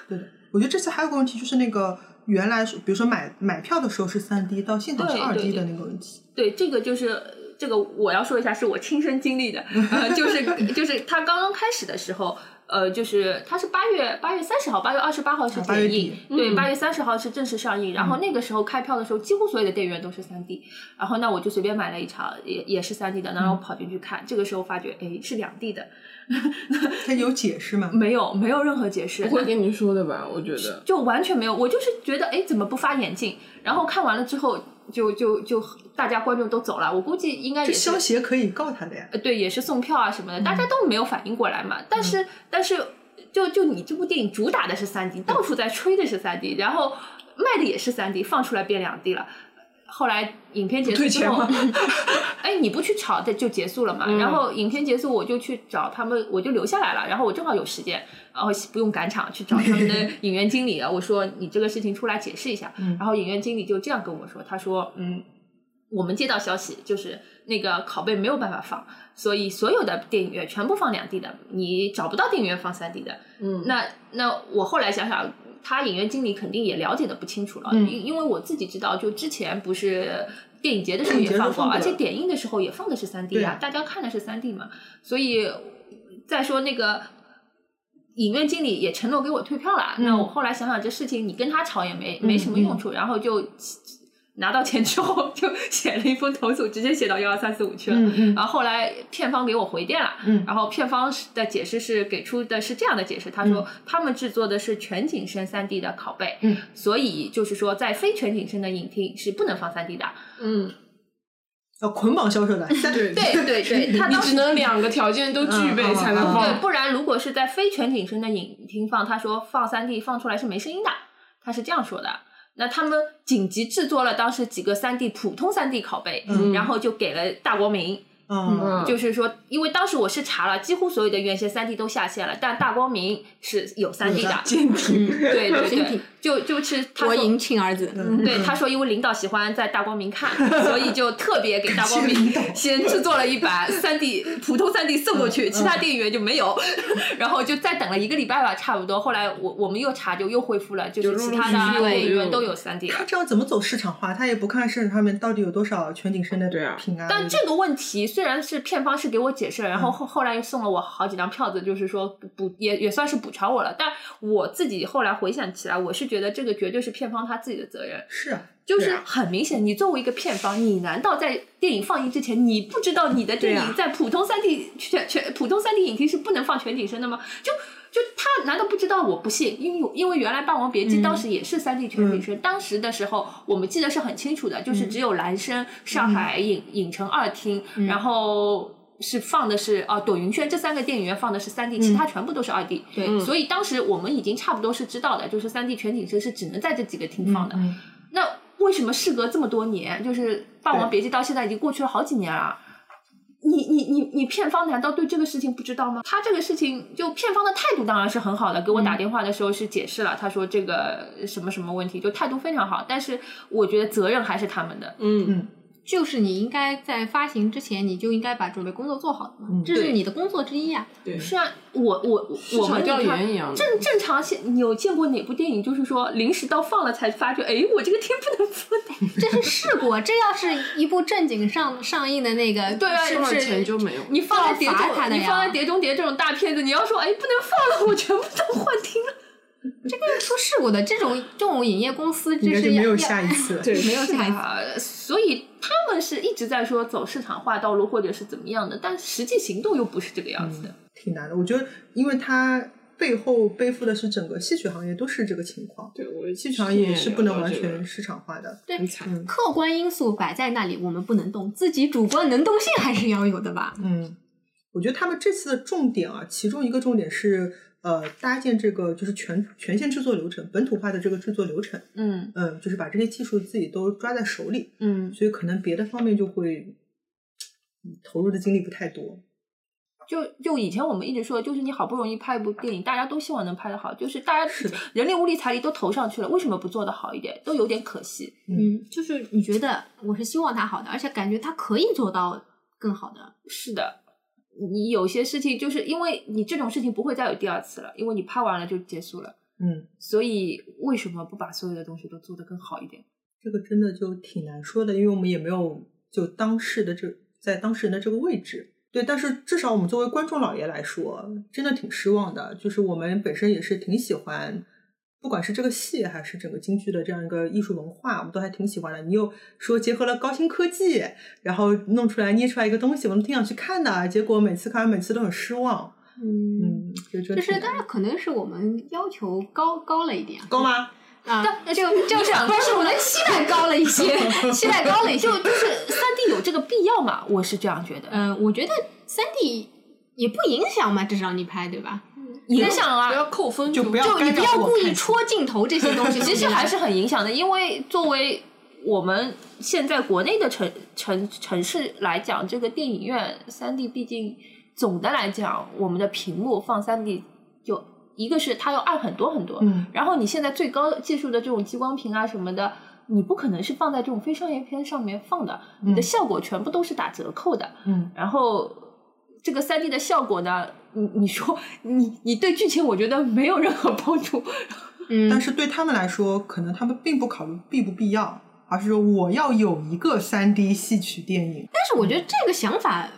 Speaker 3: 对的，我觉得这次还有个问题就是那个原来是比如说买买票的时候是三 D，到现在是
Speaker 5: 对
Speaker 3: 二
Speaker 5: 对
Speaker 3: D
Speaker 5: 对
Speaker 3: 的那个问题。
Speaker 5: 对，这个就是呃这个我要说一下，是我亲身经 历的，呃，就是就是他刚刚开始的时候。呃，就是它是八月八月三十号，八月二十八号是
Speaker 3: 啊8月
Speaker 5: 点映，
Speaker 3: 底嗯
Speaker 5: 对，八月三十号是正式上映。然后那个时候开票的时候，几乎所有的电影院都是三 D。然后那我就随便买了一场，也也是三 D 的，
Speaker 3: 嗯
Speaker 5: 然后跑进去看。这个时候发觉，哎，是两 D 的，
Speaker 3: 它有解释吗？
Speaker 5: 没嗯有没有任何解释
Speaker 2: 不。会跟你说的吧？我觉得，
Speaker 5: 就完全没有，我就是觉得哎，怎么不发眼镜？然后看完了之后，就就就大家观众都走了，我估计应该也
Speaker 3: 这
Speaker 5: 是
Speaker 3: 消协可以告他的呀。
Speaker 5: 呃，对，也是送票啊什么的，大
Speaker 3: 嗯
Speaker 5: 家都没有反应过来嘛。但是，但是，就就你这部电影主打的是三 D，到处在吹的是三 D，然后卖的也是三 D，放出来变两 D 了。后来影片结束
Speaker 3: 退
Speaker 5: 之
Speaker 3: 钱
Speaker 5: 后
Speaker 3: 吗， 嗯
Speaker 5: 哎，你不去吵，这就结束了嘛。然后影片结束，我就去找他们，我就留下来了。然后我正好有时间，然后不用赶场去找他 们的影院经理啊。我说你这个事情出来解释一下。
Speaker 3: 嗯
Speaker 5: 然后影院经理就这样跟我说，他说，嗯，我们接到消息就是那个拷贝没有办法放，所以所有的电影院全部放两 D 的，你找不到电影院放三 D 的。
Speaker 2: 嗯
Speaker 5: 那那我后来想想，他影院经理肯定也了解的不清楚了，
Speaker 3: 嗯
Speaker 5: 因因为我自己知道，就之前不是电影节的时候
Speaker 3: 电
Speaker 5: 也
Speaker 3: 影节
Speaker 5: 放
Speaker 3: 都放
Speaker 5: 过，
Speaker 3: 过
Speaker 5: 而且
Speaker 3: 了
Speaker 5: 点映的时候也放的是三 D
Speaker 3: 对
Speaker 5: 啊
Speaker 3: 啊，
Speaker 5: 大家看的是三 D 嘛，所以再说那个。影院经理也承诺给我退票了，那我后来想想这事情，你跟他吵也没、没什么用处，然后就 拿到钱之后就写了一封投诉，直接写到幺二三四五去了。
Speaker 3: 嗯
Speaker 5: 然后后来片方给我回电了，
Speaker 3: 嗯
Speaker 5: 然后片方的解释是给出的是这样的解释，他说他们制作的是全景声三 D 的拷贝，
Speaker 3: 嗯，
Speaker 5: 所以就是说在非全景声的影厅是不能放三 D 的，
Speaker 2: 嗯，
Speaker 3: 要哦捆绑销售的，三
Speaker 2: 对
Speaker 5: 对对对，他
Speaker 2: 你
Speaker 5: 当
Speaker 2: 只
Speaker 5: 时。
Speaker 2: 能两个条件都具备才能
Speaker 3: 嗯嗯嗯
Speaker 5: 对，
Speaker 2: 放。
Speaker 5: 不然如果是在非全景声的影厅放，他说放三 D 放出来是没声音的，他是这样说的。那他们紧急制作了当时几个三 D 普通三 D 拷贝，
Speaker 3: 嗯
Speaker 5: 然后就给了大国民，
Speaker 3: 嗯，
Speaker 2: 嗯，
Speaker 5: 就是说，因为当时我是查了，几乎所有的院线三 D 都下线了，但大光明是有三 D 的，
Speaker 2: 坚挺，
Speaker 5: 对对
Speaker 4: 精
Speaker 5: 对
Speaker 4: 品，
Speaker 5: 就就是他
Speaker 4: 国
Speaker 5: 说。
Speaker 4: 营亲儿子，
Speaker 3: 嗯
Speaker 5: 对，他说因为领导喜欢在大光明看，所以就特别给大光明先制作了一版三 D 普通三 D 送过去，其他电影院就没有。 然后就再等了一个礼拜吧，差不多。后来我我们又查，就又恢复了，就
Speaker 2: 就是陆
Speaker 5: 其
Speaker 2: 陆
Speaker 5: 他
Speaker 2: 续续
Speaker 5: 的
Speaker 2: 有
Speaker 5: 电影院
Speaker 2: 有
Speaker 5: 都有三 D 了
Speaker 3: 他。这样怎么走市场化？他也不看市场上面到底有多少全景声的
Speaker 2: 对啊
Speaker 3: 屏啊。
Speaker 5: 但这个问题虽然是片方是给我解释了，然后后后来又送了我好几张票子，就是说补也也算是补偿我了。但我自己后来回想起来，我是觉得这个绝对是片方他自己的责任，
Speaker 3: 是啊，
Speaker 5: 就是
Speaker 3: 对啊
Speaker 5: 很明显，你作为一个片方，你难道在电影放映之前，你不知道你的
Speaker 2: 对
Speaker 5: 电影
Speaker 2: 啊
Speaker 5: 在普通三 D 全全普通三 D 影厅是不能放全景声的吗？就就他难道不知道？我不信，因为因为原来《霸王别姬》当时也是三 D 全景声，当时的时候我们记得是很清楚的，就是只有蓝生、上海影影城二厅，然后。是放的是啊，朵云轩这三个电影院放的是三 D，、其他全部都是二 D。
Speaker 4: 对
Speaker 5: 所以当时我们已经差不多是知道的，就是三 D 全景声是只能在这几个厅放的。
Speaker 3: 嗯
Speaker 5: 那为什么事隔这么多年，就是《霸王别姬》到现在已经过去了好几年了？你你你你片方难道对这个事情不知道吗？他这个事情就片方的态度当然是很好的，给我打电话的时候是解释了，他说这个什么什么问题，就态度非常好，但是我觉得责任还是他们的，
Speaker 2: 嗯，
Speaker 3: 嗯，
Speaker 4: 就是你应该在发行之前，你就应该把准备工作做好嘛，
Speaker 3: 嗯
Speaker 4: 这是
Speaker 5: 对
Speaker 4: 你的工作之一啊。
Speaker 5: 是啊，我我我们
Speaker 2: 调
Speaker 5: 你看
Speaker 2: 研一样的
Speaker 5: 正正常现你有见过哪部电影就是说临时到放了才发觉，哎，我这个天不能放的。
Speaker 4: 这是试过，这要是一部正经上上映的那个，
Speaker 5: 对啊
Speaker 4: 是
Speaker 5: 是
Speaker 4: 不
Speaker 5: 吗
Speaker 4: 是
Speaker 2: 钱就没有。
Speaker 5: 你放在碟
Speaker 4: 罚他
Speaker 5: 中，
Speaker 4: 的
Speaker 5: 你
Speaker 4: 呀
Speaker 5: 放在碟中谍这种大片子，你要说哎不能放了，我全部都幻听了。
Speaker 4: 出事故的这种这种影业公司，
Speaker 3: 应
Speaker 4: 这
Speaker 3: 该
Speaker 4: 是
Speaker 3: 就没有
Speaker 4: 要
Speaker 3: 下一
Speaker 4: 要
Speaker 3: 次了。
Speaker 2: 对
Speaker 4: 没有下一次。
Speaker 5: 啊，所以他们是一直在说走市场化道路或者是怎么样的，但实际行动又不是这个样子的。
Speaker 3: 挺难的。我觉得，因为它背后背负的是整个戏曲行业都是这个情况，
Speaker 2: 对，我
Speaker 3: 戏曲行业也是不能完
Speaker 2: 去
Speaker 3: 全市场化的。嗯
Speaker 4: 对
Speaker 2: 很惨。
Speaker 4: 客观因素摆在那里，我们不能动，自己主观能动性还是要有的吧？
Speaker 3: 嗯，我觉得他们这次的重点啊，其中一个重点是呃搭建这个就是全全线制作流程，本土化的这个制作流程，
Speaker 5: 嗯
Speaker 3: 嗯，就是把这些技术自己都抓在手里，
Speaker 5: 嗯，
Speaker 3: 所以可能别的方面就会嗯投入的精力不太多。
Speaker 5: 就就以前我们一直说，就是你好不容易拍一部电影，大家都希望能拍得好，就是大家
Speaker 3: 是的
Speaker 5: 人力、物力、财力都投上去了，为什么不做得好一点？都有点可惜。
Speaker 4: 嗯，就是你觉得我是希望他好的，而且感觉他可以做到更好的。
Speaker 5: 是的，你有些事情就是因为你这种事情不会再有第二次了，因为你拍完了就结束了。
Speaker 3: 嗯，
Speaker 5: 所以为什么不把所有的东西都做得更好一点？
Speaker 3: 这个真的就挺难说的，因为我们也没有就当事的这在当事人的这个位置。对，但是至少我们作为观众老爷来说，真的挺失望的。就是我们本身也是挺喜欢，不管是这个戏还是整个京剧的这样一个艺术文化，我们都还挺喜欢的。你又说结合了高新科技，然后弄出来捏出来一个东西，我们挺想去看的。啊结果每次看完，每次都很失望。
Speaker 4: 嗯，
Speaker 3: 嗯，就觉得
Speaker 4: 就
Speaker 3: 挺
Speaker 4: 是当然可能是我们要求高高了一点
Speaker 3: 高吗？
Speaker 4: 啊，就就想，但是我的期待高了一些， 期待高了一些。
Speaker 5: 就就是三 D 有这个必要嘛？我是这样觉得，
Speaker 4: 嗯、我觉得三 D 也不影响嘛，至少你拍对吧？
Speaker 5: 影响
Speaker 2: 不
Speaker 5: 啊，
Speaker 2: 要扣分，
Speaker 3: 就不要
Speaker 4: 就你
Speaker 3: 干
Speaker 4: 不
Speaker 3: 扰
Speaker 4: 要
Speaker 3: 我
Speaker 4: 故意
Speaker 3: 看戏
Speaker 4: 戳镜头这些东 西，
Speaker 5: 其实还是很影响的，因为作为我们现在国内的城城城市来讲，这个电影院三 D 毕竟总的来讲，我们的屏幕放三 D 就一个是它要暗很多很多，
Speaker 3: 嗯，
Speaker 5: 然后你现在最高技术的这种激光屏啊什么的，你不可能是放在这种非商业片上面放的，你的
Speaker 3: 嗯
Speaker 5: 效果全部都是打折扣的。
Speaker 3: 嗯，
Speaker 5: 然后这个三 D 的效果呢，你你说你你对剧情，我觉得没有任何帮助。
Speaker 4: 嗯，
Speaker 3: 但是对他们来说，可能他们并不考虑必不必要，而是说我要有一个三 D 戏曲电影。
Speaker 4: 但是我觉得这个想法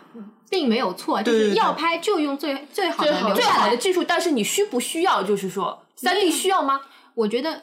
Speaker 4: 并没有错，就
Speaker 3: 对
Speaker 4: 是
Speaker 3: 对
Speaker 4: 要
Speaker 3: 对
Speaker 4: 拍就用最最好的留
Speaker 5: 最
Speaker 4: 下
Speaker 5: 好的
Speaker 4: 来。
Speaker 5: 技术，但是你需不需要？就是说，三 D 需要吗？
Speaker 4: 我觉得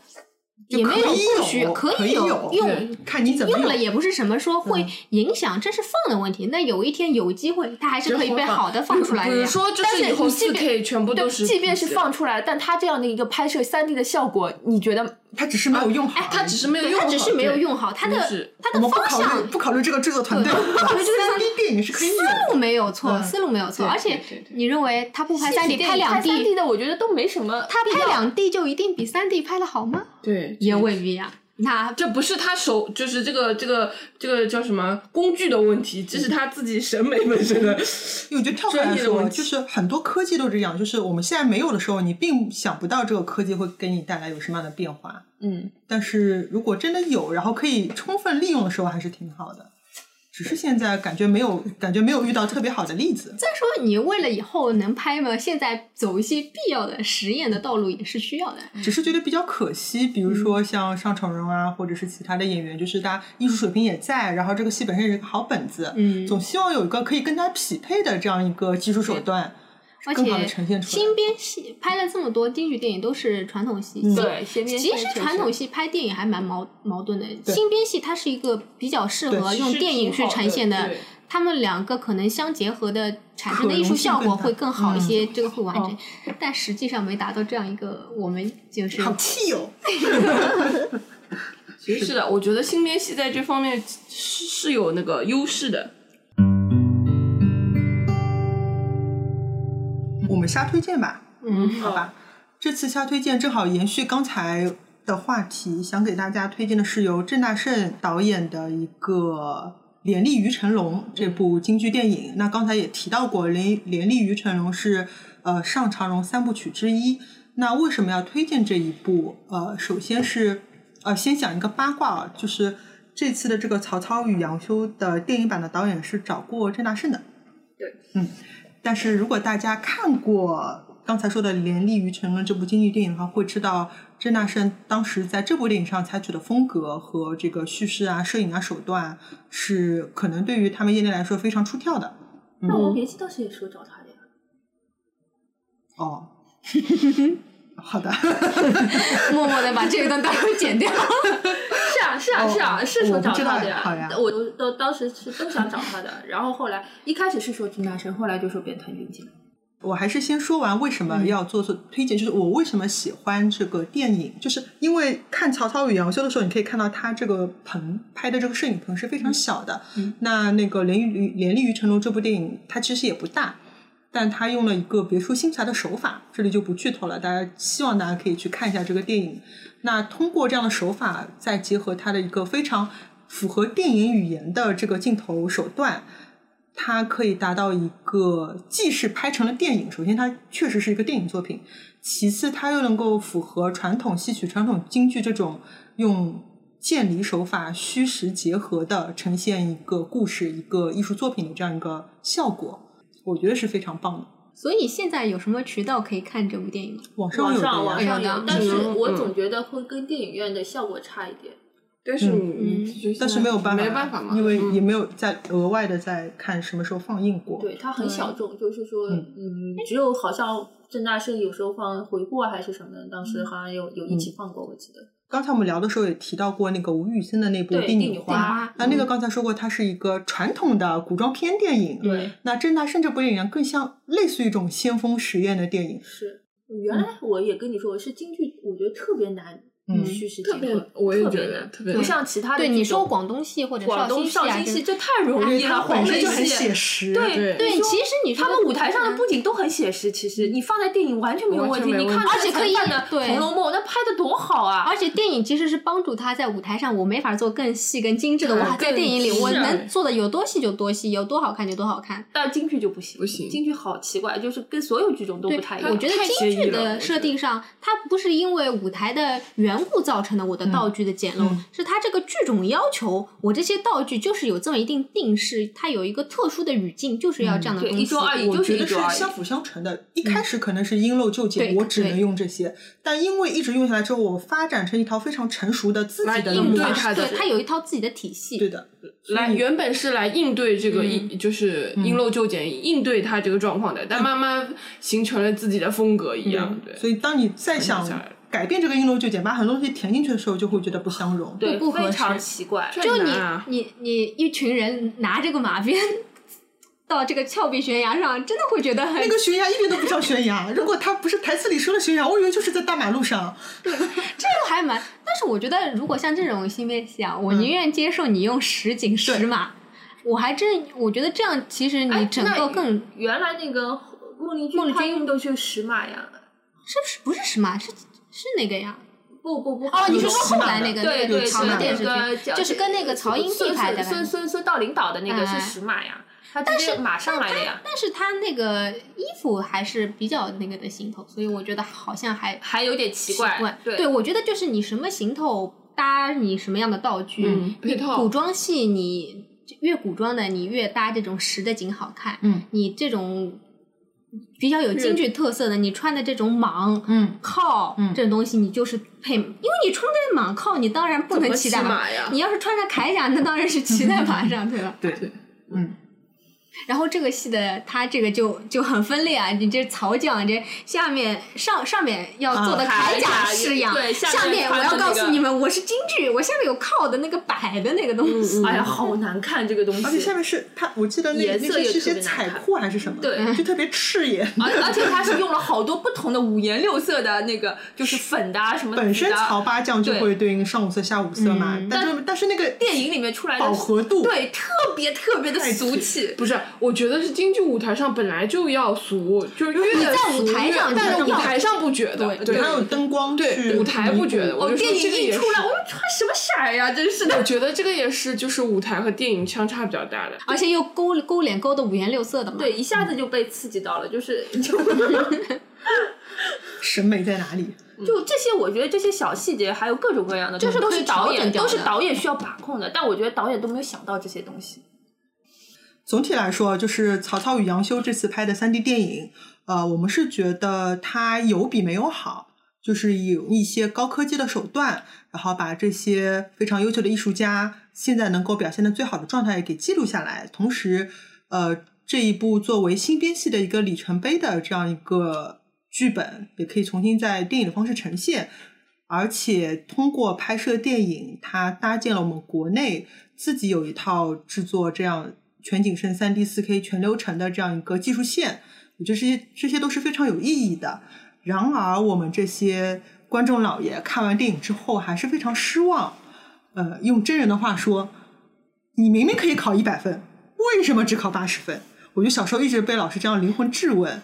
Speaker 3: 就
Speaker 4: 也没
Speaker 3: 可以
Speaker 4: 不
Speaker 3: 有
Speaker 4: 需要，可
Speaker 3: 可以
Speaker 4: 有
Speaker 3: 有
Speaker 4: 用
Speaker 2: 对。
Speaker 3: 看你怎么
Speaker 4: 用了也不是什么说会影响，这是放的问题。那有一天有机会，它还是可以被好的放出来
Speaker 2: 比
Speaker 4: 的
Speaker 2: 如
Speaker 4: 呀。
Speaker 2: 说，就
Speaker 5: 但是
Speaker 2: 以后
Speaker 5: 你即
Speaker 2: 四
Speaker 5: 便
Speaker 2: K 全部
Speaker 5: 对
Speaker 2: 都，是，
Speaker 5: 即便是放，出来，但它这样的一个拍摄三 D 的效果，你觉得
Speaker 3: 他哎只是没有用好而已，
Speaker 2: 它只是没有
Speaker 4: 对，
Speaker 2: 嗯用
Speaker 4: 啊哎它
Speaker 2: 好，
Speaker 4: 只是没有
Speaker 2: 对
Speaker 4: 用好，它的
Speaker 2: 不是
Speaker 4: 它
Speaker 3: 我
Speaker 4: 的
Speaker 3: 们不
Speaker 4: 方
Speaker 3: 考
Speaker 4: 向
Speaker 3: 虑不考虑这个制作团队，
Speaker 4: 对不考虑这个
Speaker 3: 三 D 电影是可以有
Speaker 4: 思
Speaker 3: 的。
Speaker 4: 路没有错，
Speaker 3: 嗯
Speaker 4: 思路没有错。
Speaker 2: 对
Speaker 4: 而且
Speaker 2: 对对对
Speaker 4: 你认为他不拍三 D，
Speaker 5: 3D
Speaker 4: 拍两
Speaker 5: 拍三 D
Speaker 4: D，
Speaker 5: 的，我觉得都没什么。
Speaker 4: 他拍两 D 就一定比三 D 拍的好吗？
Speaker 2: 对，
Speaker 4: 也未必啊。那
Speaker 2: 这不是他手，就是这个这个这个叫什么工具的问题，这是他自己审美本身的。
Speaker 3: 因为我觉得跳出来
Speaker 2: 专业的
Speaker 3: 说，
Speaker 2: 问题
Speaker 3: 就是很多科技都这样，就是我们现在没有的时候，你并想不到这个科技会给你带来有什么样的变化。
Speaker 5: 嗯，
Speaker 3: 但是如果真的有，然后可以充分利用的时候，还是挺好的。只是现在感觉没有，感觉没有遇到特别好的例子。
Speaker 4: 再说你为了以后能拍嘛，现在走一些必要的实验的道路也是需要的。
Speaker 3: 只是觉得比较可惜，比如说像上成荣啊，或者是其他的演员，就是大家艺术水平也在，然后这个戏本身也是个好本子，
Speaker 4: 嗯
Speaker 3: 总希望有一个可以跟它匹配的这样一个技术手段，
Speaker 4: 而
Speaker 3: 更好的
Speaker 4: 且
Speaker 3: 呈现出来。
Speaker 4: 新编戏拍了这么多京剧电影都是传统戏，
Speaker 3: 嗯
Speaker 5: 对，先编
Speaker 4: 其
Speaker 5: 先
Speaker 4: 实
Speaker 5: 确
Speaker 4: 传
Speaker 5: 实
Speaker 4: 统戏拍电影还蛮矛矛盾的。
Speaker 3: 对
Speaker 4: 新编戏它是一个比较适合
Speaker 3: 对
Speaker 4: 用
Speaker 2: 是
Speaker 4: 电影
Speaker 2: 挺
Speaker 4: 去
Speaker 2: 好
Speaker 4: 呈
Speaker 2: 的
Speaker 4: 现的
Speaker 2: 对，
Speaker 4: 他们两个可能相结合的产生的
Speaker 3: 可
Speaker 4: 艺术
Speaker 3: 能性
Speaker 4: 效果
Speaker 3: 更大
Speaker 4: 会更好一
Speaker 3: 嗯
Speaker 4: 些，这个会完
Speaker 5: 哦
Speaker 4: 整。但实际上没达到这样一个，我们就是
Speaker 3: 好气哦！
Speaker 2: 其实是的，我觉得新编戏在这方面是是有那个优势的。
Speaker 3: 我们瞎推荐吧，
Speaker 4: 嗯
Speaker 3: 好吧。这次瞎推荐正好延续刚才的话题，想给大家推荐的是由郑大圣导演的一个《廉利于成龙》这部京剧电影。那刚才也提到过，《廉廉利于成龙》是呃上长荣三部曲之一。那为什么要推荐这一部？呃，首先是呃，先讲一个八卦啊，就是这次的这个《曹操与杨修》的电影版的导演是找过郑大圣的。
Speaker 5: 对，
Speaker 3: 嗯，但是如果大家看过刚才说的《廉吏于承恩》这部京剧电影的话，会知道郑大圣当时在这部电影上采取的风格和这个叙事啊、摄影啊手段，是可能对于他们业内来说非常出挑的。嗯
Speaker 5: 那我们联系当时也说找他的呀。
Speaker 3: 哦， 好的。
Speaker 4: 默默的把这一段到时候剪掉。
Speaker 5: 是啊，是啊，
Speaker 3: 哦
Speaker 5: 是啊，是说
Speaker 3: 我不
Speaker 5: 找
Speaker 3: 知
Speaker 5: 他
Speaker 3: 道
Speaker 5: 的
Speaker 3: 呀好呀
Speaker 5: 我都都当时是都想找他的，然后后来一开始是说金大生，后来就说变谭俊进。
Speaker 3: 我还是先说完为什
Speaker 5: 嗯
Speaker 3: 么要做做推荐，就是我为什么喜欢这个电影，就是因为看《曹操与杨修》的时候，你可以看到他这个棚拍的这个摄影棚是非常小的。
Speaker 5: 嗯
Speaker 3: 那那个《连于连立于成龙》这部电影，它其实也不大，但他用了一个别出心裁的手法，这里就不剧透了，大家希望大家可以去看一下这个电影。那通过这样的手法，再结合他的一个非常符合电影语言的这个镜头手段，它可以达到一个既是拍成了电影，首先它确实是一个电影作品，其次它又能够符合传统戏曲、传统京剧这种用渐离手法虚实结合的呈现一个故事、一个艺术作品的这样一个效果，我觉得是非常棒的。
Speaker 4: 所以现在有什么渠道可以看这部电影吗？
Speaker 3: 网上
Speaker 5: 网
Speaker 3: 有的
Speaker 5: 上
Speaker 3: 呀
Speaker 5: 网上有
Speaker 4: 嗯，
Speaker 3: 哎
Speaker 5: 但是
Speaker 2: 嗯
Speaker 5: 我总觉得会跟电影院的效果差一点。
Speaker 2: 但是
Speaker 3: 嗯
Speaker 2: 你
Speaker 4: 嗯
Speaker 2: 的确现在
Speaker 3: 但是没有办法，啊
Speaker 2: 没办法嘛，
Speaker 3: 因为
Speaker 2: 嗯
Speaker 3: 也没有在额外的在看什么时候放映过。
Speaker 5: 对，它很
Speaker 4: 对
Speaker 5: 小众，就是说，
Speaker 3: 嗯
Speaker 5: 嗯，只有好像郑大圣有时候放回顾啊还是什么的，当
Speaker 4: 嗯
Speaker 5: 时好像有有一起放过，我记得。
Speaker 3: 刚才我们聊的时候也提到过那个吴宇森的那部
Speaker 5: 对
Speaker 3: 《帝
Speaker 5: 帝女
Speaker 3: 女
Speaker 5: 花
Speaker 3: 花》，那
Speaker 2: 嗯
Speaker 3: 那个刚才说过，它是一个传统的古装片电影。
Speaker 5: 对，
Speaker 3: 那郑大圣这部电影更像类似于一种先锋实验的电影，
Speaker 5: 是。
Speaker 4: 嗯
Speaker 5: 原来我也跟你说，我是京剧，我觉得特别难
Speaker 3: 嗯
Speaker 5: 虚实结
Speaker 2: 特
Speaker 5: 合，
Speaker 2: 别我也
Speaker 5: 特
Speaker 2: 觉
Speaker 5: 别
Speaker 2: 得
Speaker 5: 难
Speaker 2: 特别
Speaker 5: 不
Speaker 2: 难
Speaker 5: 像其他的
Speaker 4: 对，
Speaker 5: 这
Speaker 4: 你说
Speaker 5: 种
Speaker 4: 广东戏或者
Speaker 5: 广东
Speaker 4: 绍
Speaker 5: 绍
Speaker 4: 兴
Speaker 5: 兴戏，
Speaker 4: 戏啊，
Speaker 5: 这太
Speaker 2: 哎
Speaker 3: 因
Speaker 5: 容
Speaker 3: 为
Speaker 5: 易了，
Speaker 3: 它
Speaker 5: 黄
Speaker 3: 本身
Speaker 5: 梅
Speaker 3: 就很
Speaker 5: 戏
Speaker 3: 写。实。
Speaker 5: 对
Speaker 2: 对
Speaker 4: 对
Speaker 5: 你说
Speaker 4: 其实你说
Speaker 5: 他们舞台上
Speaker 4: 嗯
Speaker 5: 的布景都很写实，其实你放在电影完全没有
Speaker 2: 完
Speaker 5: 问
Speaker 2: 全
Speaker 5: 题。
Speaker 2: 没
Speaker 5: 你
Speaker 2: 问
Speaker 5: 看
Speaker 2: 题
Speaker 5: 那
Speaker 4: 而且
Speaker 5: 个
Speaker 4: 可以
Speaker 5: 陈范的《
Speaker 4: 对
Speaker 5: 红楼梦》，那拍的多好啊！
Speaker 4: 而且电影其实是帮助他在舞台上，我没法做更细、更精致的，我还在
Speaker 5: 嗯更
Speaker 4: 电影里，我
Speaker 5: 是
Speaker 4: 能做的有多细就多细，有多好看就多好看。
Speaker 5: 但京剧就不行，
Speaker 2: 不行
Speaker 5: 京剧好奇怪，就是跟所有剧种都
Speaker 4: 对
Speaker 5: 不太一，样。
Speaker 4: 我觉得
Speaker 2: 太
Speaker 4: 京
Speaker 2: 随
Speaker 4: 剧
Speaker 2: 意了我觉
Speaker 4: 的
Speaker 2: 得
Speaker 4: 设定上，它不是因为舞台的缘故造成的我的道具的简陋，
Speaker 3: 嗯
Speaker 4: 是它这个剧种要求，我这些道具就是有这么一定定式，它有一个特殊的语境，就是要这样的
Speaker 5: 嗯对
Speaker 4: 东西。
Speaker 5: 一周二也
Speaker 3: 我
Speaker 5: 就是
Speaker 3: 觉
Speaker 5: 一
Speaker 3: 得是
Speaker 5: 种而已。
Speaker 3: 相辅相
Speaker 2: 嗯
Speaker 3: 成的。一开始可能是因陋就简，
Speaker 4: 对
Speaker 3: 我只能
Speaker 4: 对
Speaker 3: 用这些，但因为一直用下来之后，我发展成一套非常成熟的自己
Speaker 2: 来
Speaker 3: 的
Speaker 2: 应
Speaker 3: 路
Speaker 2: 对
Speaker 3: 法。
Speaker 2: 它的
Speaker 4: 对，它有一套自己的体系。
Speaker 3: 对的，
Speaker 2: 来原本是来应对这个应、就是因陋就简、应对他这个状况的，但慢慢形成了自己的风格一样，对，
Speaker 3: 所以当你再想
Speaker 2: 下来了
Speaker 3: 改变这个应陋就简，把很多东西填进去的时候，就会觉得不相容。
Speaker 5: 对，
Speaker 4: 不合
Speaker 5: 非常
Speaker 4: 适
Speaker 5: 奇怪。
Speaker 4: 就
Speaker 2: 太
Speaker 4: 你
Speaker 2: 难啊
Speaker 4: 你你一群人拿这个马鞭 到这个峭壁悬崖上，真的会觉得很
Speaker 3: 那个悬崖一点都不像悬 崖，如果它不是台词里说的悬崖，我以为就是在大马路上。
Speaker 4: 这个还蛮，但是我觉得如果像这种新编戏啊，
Speaker 5: 嗯
Speaker 4: 我宁愿接受你用实景实码，我还真我觉得这样其实
Speaker 5: 哎
Speaker 4: 你整
Speaker 5: 那
Speaker 4: 个更、
Speaker 5: 原来那个孟丽
Speaker 4: 孟
Speaker 5: 君
Speaker 4: 丽
Speaker 5: 她
Speaker 4: 君
Speaker 5: 用的就是石马呀，
Speaker 4: 是不是不是实码是是那个呀？
Speaker 5: 不不不，
Speaker 4: 哦，你是
Speaker 3: 有
Speaker 4: 说
Speaker 3: 实
Speaker 4: 后
Speaker 3: 码
Speaker 4: 来
Speaker 3: 的
Speaker 4: 那个
Speaker 5: 对
Speaker 4: 那个
Speaker 5: 对
Speaker 4: 有
Speaker 5: 是
Speaker 4: 长的
Speaker 5: 那
Speaker 4: 电视
Speaker 5: 个
Speaker 4: 剧，
Speaker 5: 叫
Speaker 4: 就是跟那个曹英娣
Speaker 5: 孙
Speaker 4: 拍的吧。
Speaker 5: 孙孙孙孙道领导的那个
Speaker 4: 哎
Speaker 5: 是石马呀，他直接马上来的呀。
Speaker 4: 但是他那个衣服还是比较那个的行头，所以我觉得好像还
Speaker 5: 还有点奇
Speaker 4: 奇怪
Speaker 5: 怪，。
Speaker 4: 对，我觉得就是你什么行头搭你什么样的道具，
Speaker 2: 嗯
Speaker 4: 你
Speaker 2: 配套
Speaker 4: 古装戏你越古装的你越搭这种实的景好看，
Speaker 3: 嗯，
Speaker 4: 你这种比较有京剧特色的，你穿的这种蟒。
Speaker 3: 嗯，
Speaker 4: 靠
Speaker 3: 嗯
Speaker 4: 这种东西，你就是配，因为你穿着蟒靠，你当然不能骑在
Speaker 2: 怎么骑
Speaker 4: 马。
Speaker 2: 马呀
Speaker 4: 你要是穿着铠甲，那当然是骑在马上，对吧？
Speaker 3: 对，嗯。
Speaker 4: 然后这个戏的它这个就就很分裂啊，你这曹将这下面上上面要做的
Speaker 5: 啊
Speaker 4: 铠
Speaker 5: 铠
Speaker 4: 甲
Speaker 5: 甲
Speaker 4: 式样，
Speaker 5: 对下面
Speaker 4: 下面我
Speaker 5: 穿
Speaker 4: 要
Speaker 5: 的
Speaker 4: 告
Speaker 5: 那
Speaker 4: 诉
Speaker 5: 个
Speaker 4: 你们，我是京剧，我下面有靠的那个摆的那个东西，
Speaker 5: 哎呀，好难看这个东西。
Speaker 3: 而且下面是它，我记得那
Speaker 5: 颜
Speaker 3: 那
Speaker 5: 色
Speaker 3: 些啊
Speaker 5: 也
Speaker 3: 是些
Speaker 5: 特别难
Speaker 3: 彩
Speaker 5: 看
Speaker 3: 裤还是什么，
Speaker 5: 对，
Speaker 3: 就特别刺眼。
Speaker 5: 而而且他是用了好多不同的五颜六色的那个，就是粉的啊什么的。
Speaker 3: 本身曹八将就
Speaker 5: 对
Speaker 3: 会对应上五色下五色嘛，但是但是那个
Speaker 5: 电影里面出来的
Speaker 3: 饱和度
Speaker 5: 对，特别特别的俗气。
Speaker 2: 不是，我觉得是京剧舞台上本来就要俗，就是越
Speaker 4: 你在
Speaker 2: 俗
Speaker 4: 舞台
Speaker 2: 越
Speaker 4: 上
Speaker 2: 但是
Speaker 4: 就
Speaker 2: 舞
Speaker 4: 要
Speaker 2: 台上不觉得，对
Speaker 3: 还有灯光去
Speaker 2: 对舞台不觉
Speaker 3: 弥
Speaker 2: 得，
Speaker 3: 补
Speaker 2: 我就
Speaker 5: 电
Speaker 2: 说这个
Speaker 5: 影一
Speaker 2: 也是
Speaker 5: 出来，我说穿什么色儿呀？真是
Speaker 2: 我
Speaker 5: 的。
Speaker 2: 觉得这个也是，就是舞台和电影相差比较大的。
Speaker 4: 而且又勾勾脸勾的五颜六色的嘛。
Speaker 5: 对，，一下子就被刺激到了，就是就
Speaker 3: 审美在哪里？
Speaker 5: 就这些，我觉得这些小细节还有各种各样的东西，
Speaker 4: 这是
Speaker 5: 都
Speaker 4: 可以
Speaker 5: 是导
Speaker 4: 调整
Speaker 5: 演
Speaker 4: 掉
Speaker 5: 都
Speaker 4: 的
Speaker 5: 是导演需要把控的，但我觉得导演都没有想到这些东西。
Speaker 3: 总体来说，就是曹操与杨修这次拍的三 D 电影，呃，我们是觉得它有比没有好，就是有一些高科技的手段，然后把这些非常优秀的艺术家现在能够表现的最好的状态给记录下来，同时，呃，这一部作为新编戏的一个里程碑的这样一个剧本，也可以重新在电影的方式呈现。而且通过拍摄电影，它搭建了我们国内自己有一套制作这样全景声三 D 四 K 全流程的这样一个技术线，我觉得这些这些都是非常有意义的。然而，我们这些观众老爷看完电影之后还是非常失望。呃，用真人的话说，你明明可以考一百分，为什么只考八十分？我觉得小时候一直被老师这样灵魂质问。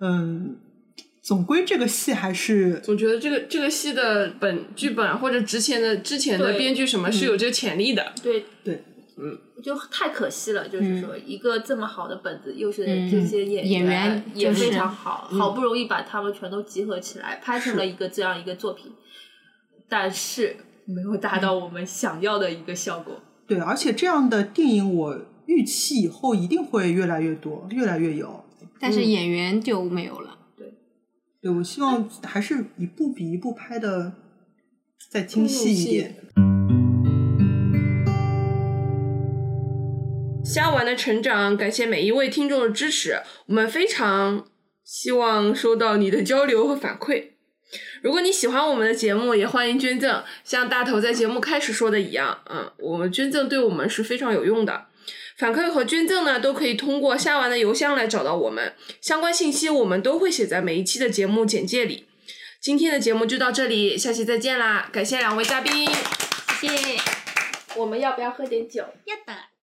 Speaker 3: 嗯，总归这个戏还是
Speaker 2: 总觉得这个这个戏的本剧本啊或者之前的之前的
Speaker 5: 对
Speaker 2: 编剧什么是有这个潜力的，
Speaker 5: 对
Speaker 3: 对，
Speaker 5: 嗯，就太可惜了，就是说一个这么好的本子，又是
Speaker 4: 嗯
Speaker 5: 这些演
Speaker 4: 演员
Speaker 5: 也
Speaker 4: 就是嗯
Speaker 5: 非常好，好不容易把他们全都集合起来，拍成了一个这样一个作品，但是没有达到我们想要的一个效果。
Speaker 3: 对，而且这样的电影，我预期以后一定会越来越多，越来越有。
Speaker 4: 但是演员就没有了。
Speaker 3: 对，我希望还是一步比一步拍的再精细一点。
Speaker 2: 虾丸的成长，感谢每一位听众的支持，我们非常希望收到你的交流和反馈。如果你喜欢我们的节目，也欢迎捐赠。像大头在节目开始说的一样，嗯，我们捐赠对我们是非常有用的。反馈和捐赠呢，都可以通过虾丸的邮箱来找到我们，相关信息我们都会写在每一期的节目简介里。今天的节目就到这里，下期再见啦！感谢两位嘉宾，
Speaker 4: 谢谢。
Speaker 2: 我们要不要喝点酒？
Speaker 4: 要的。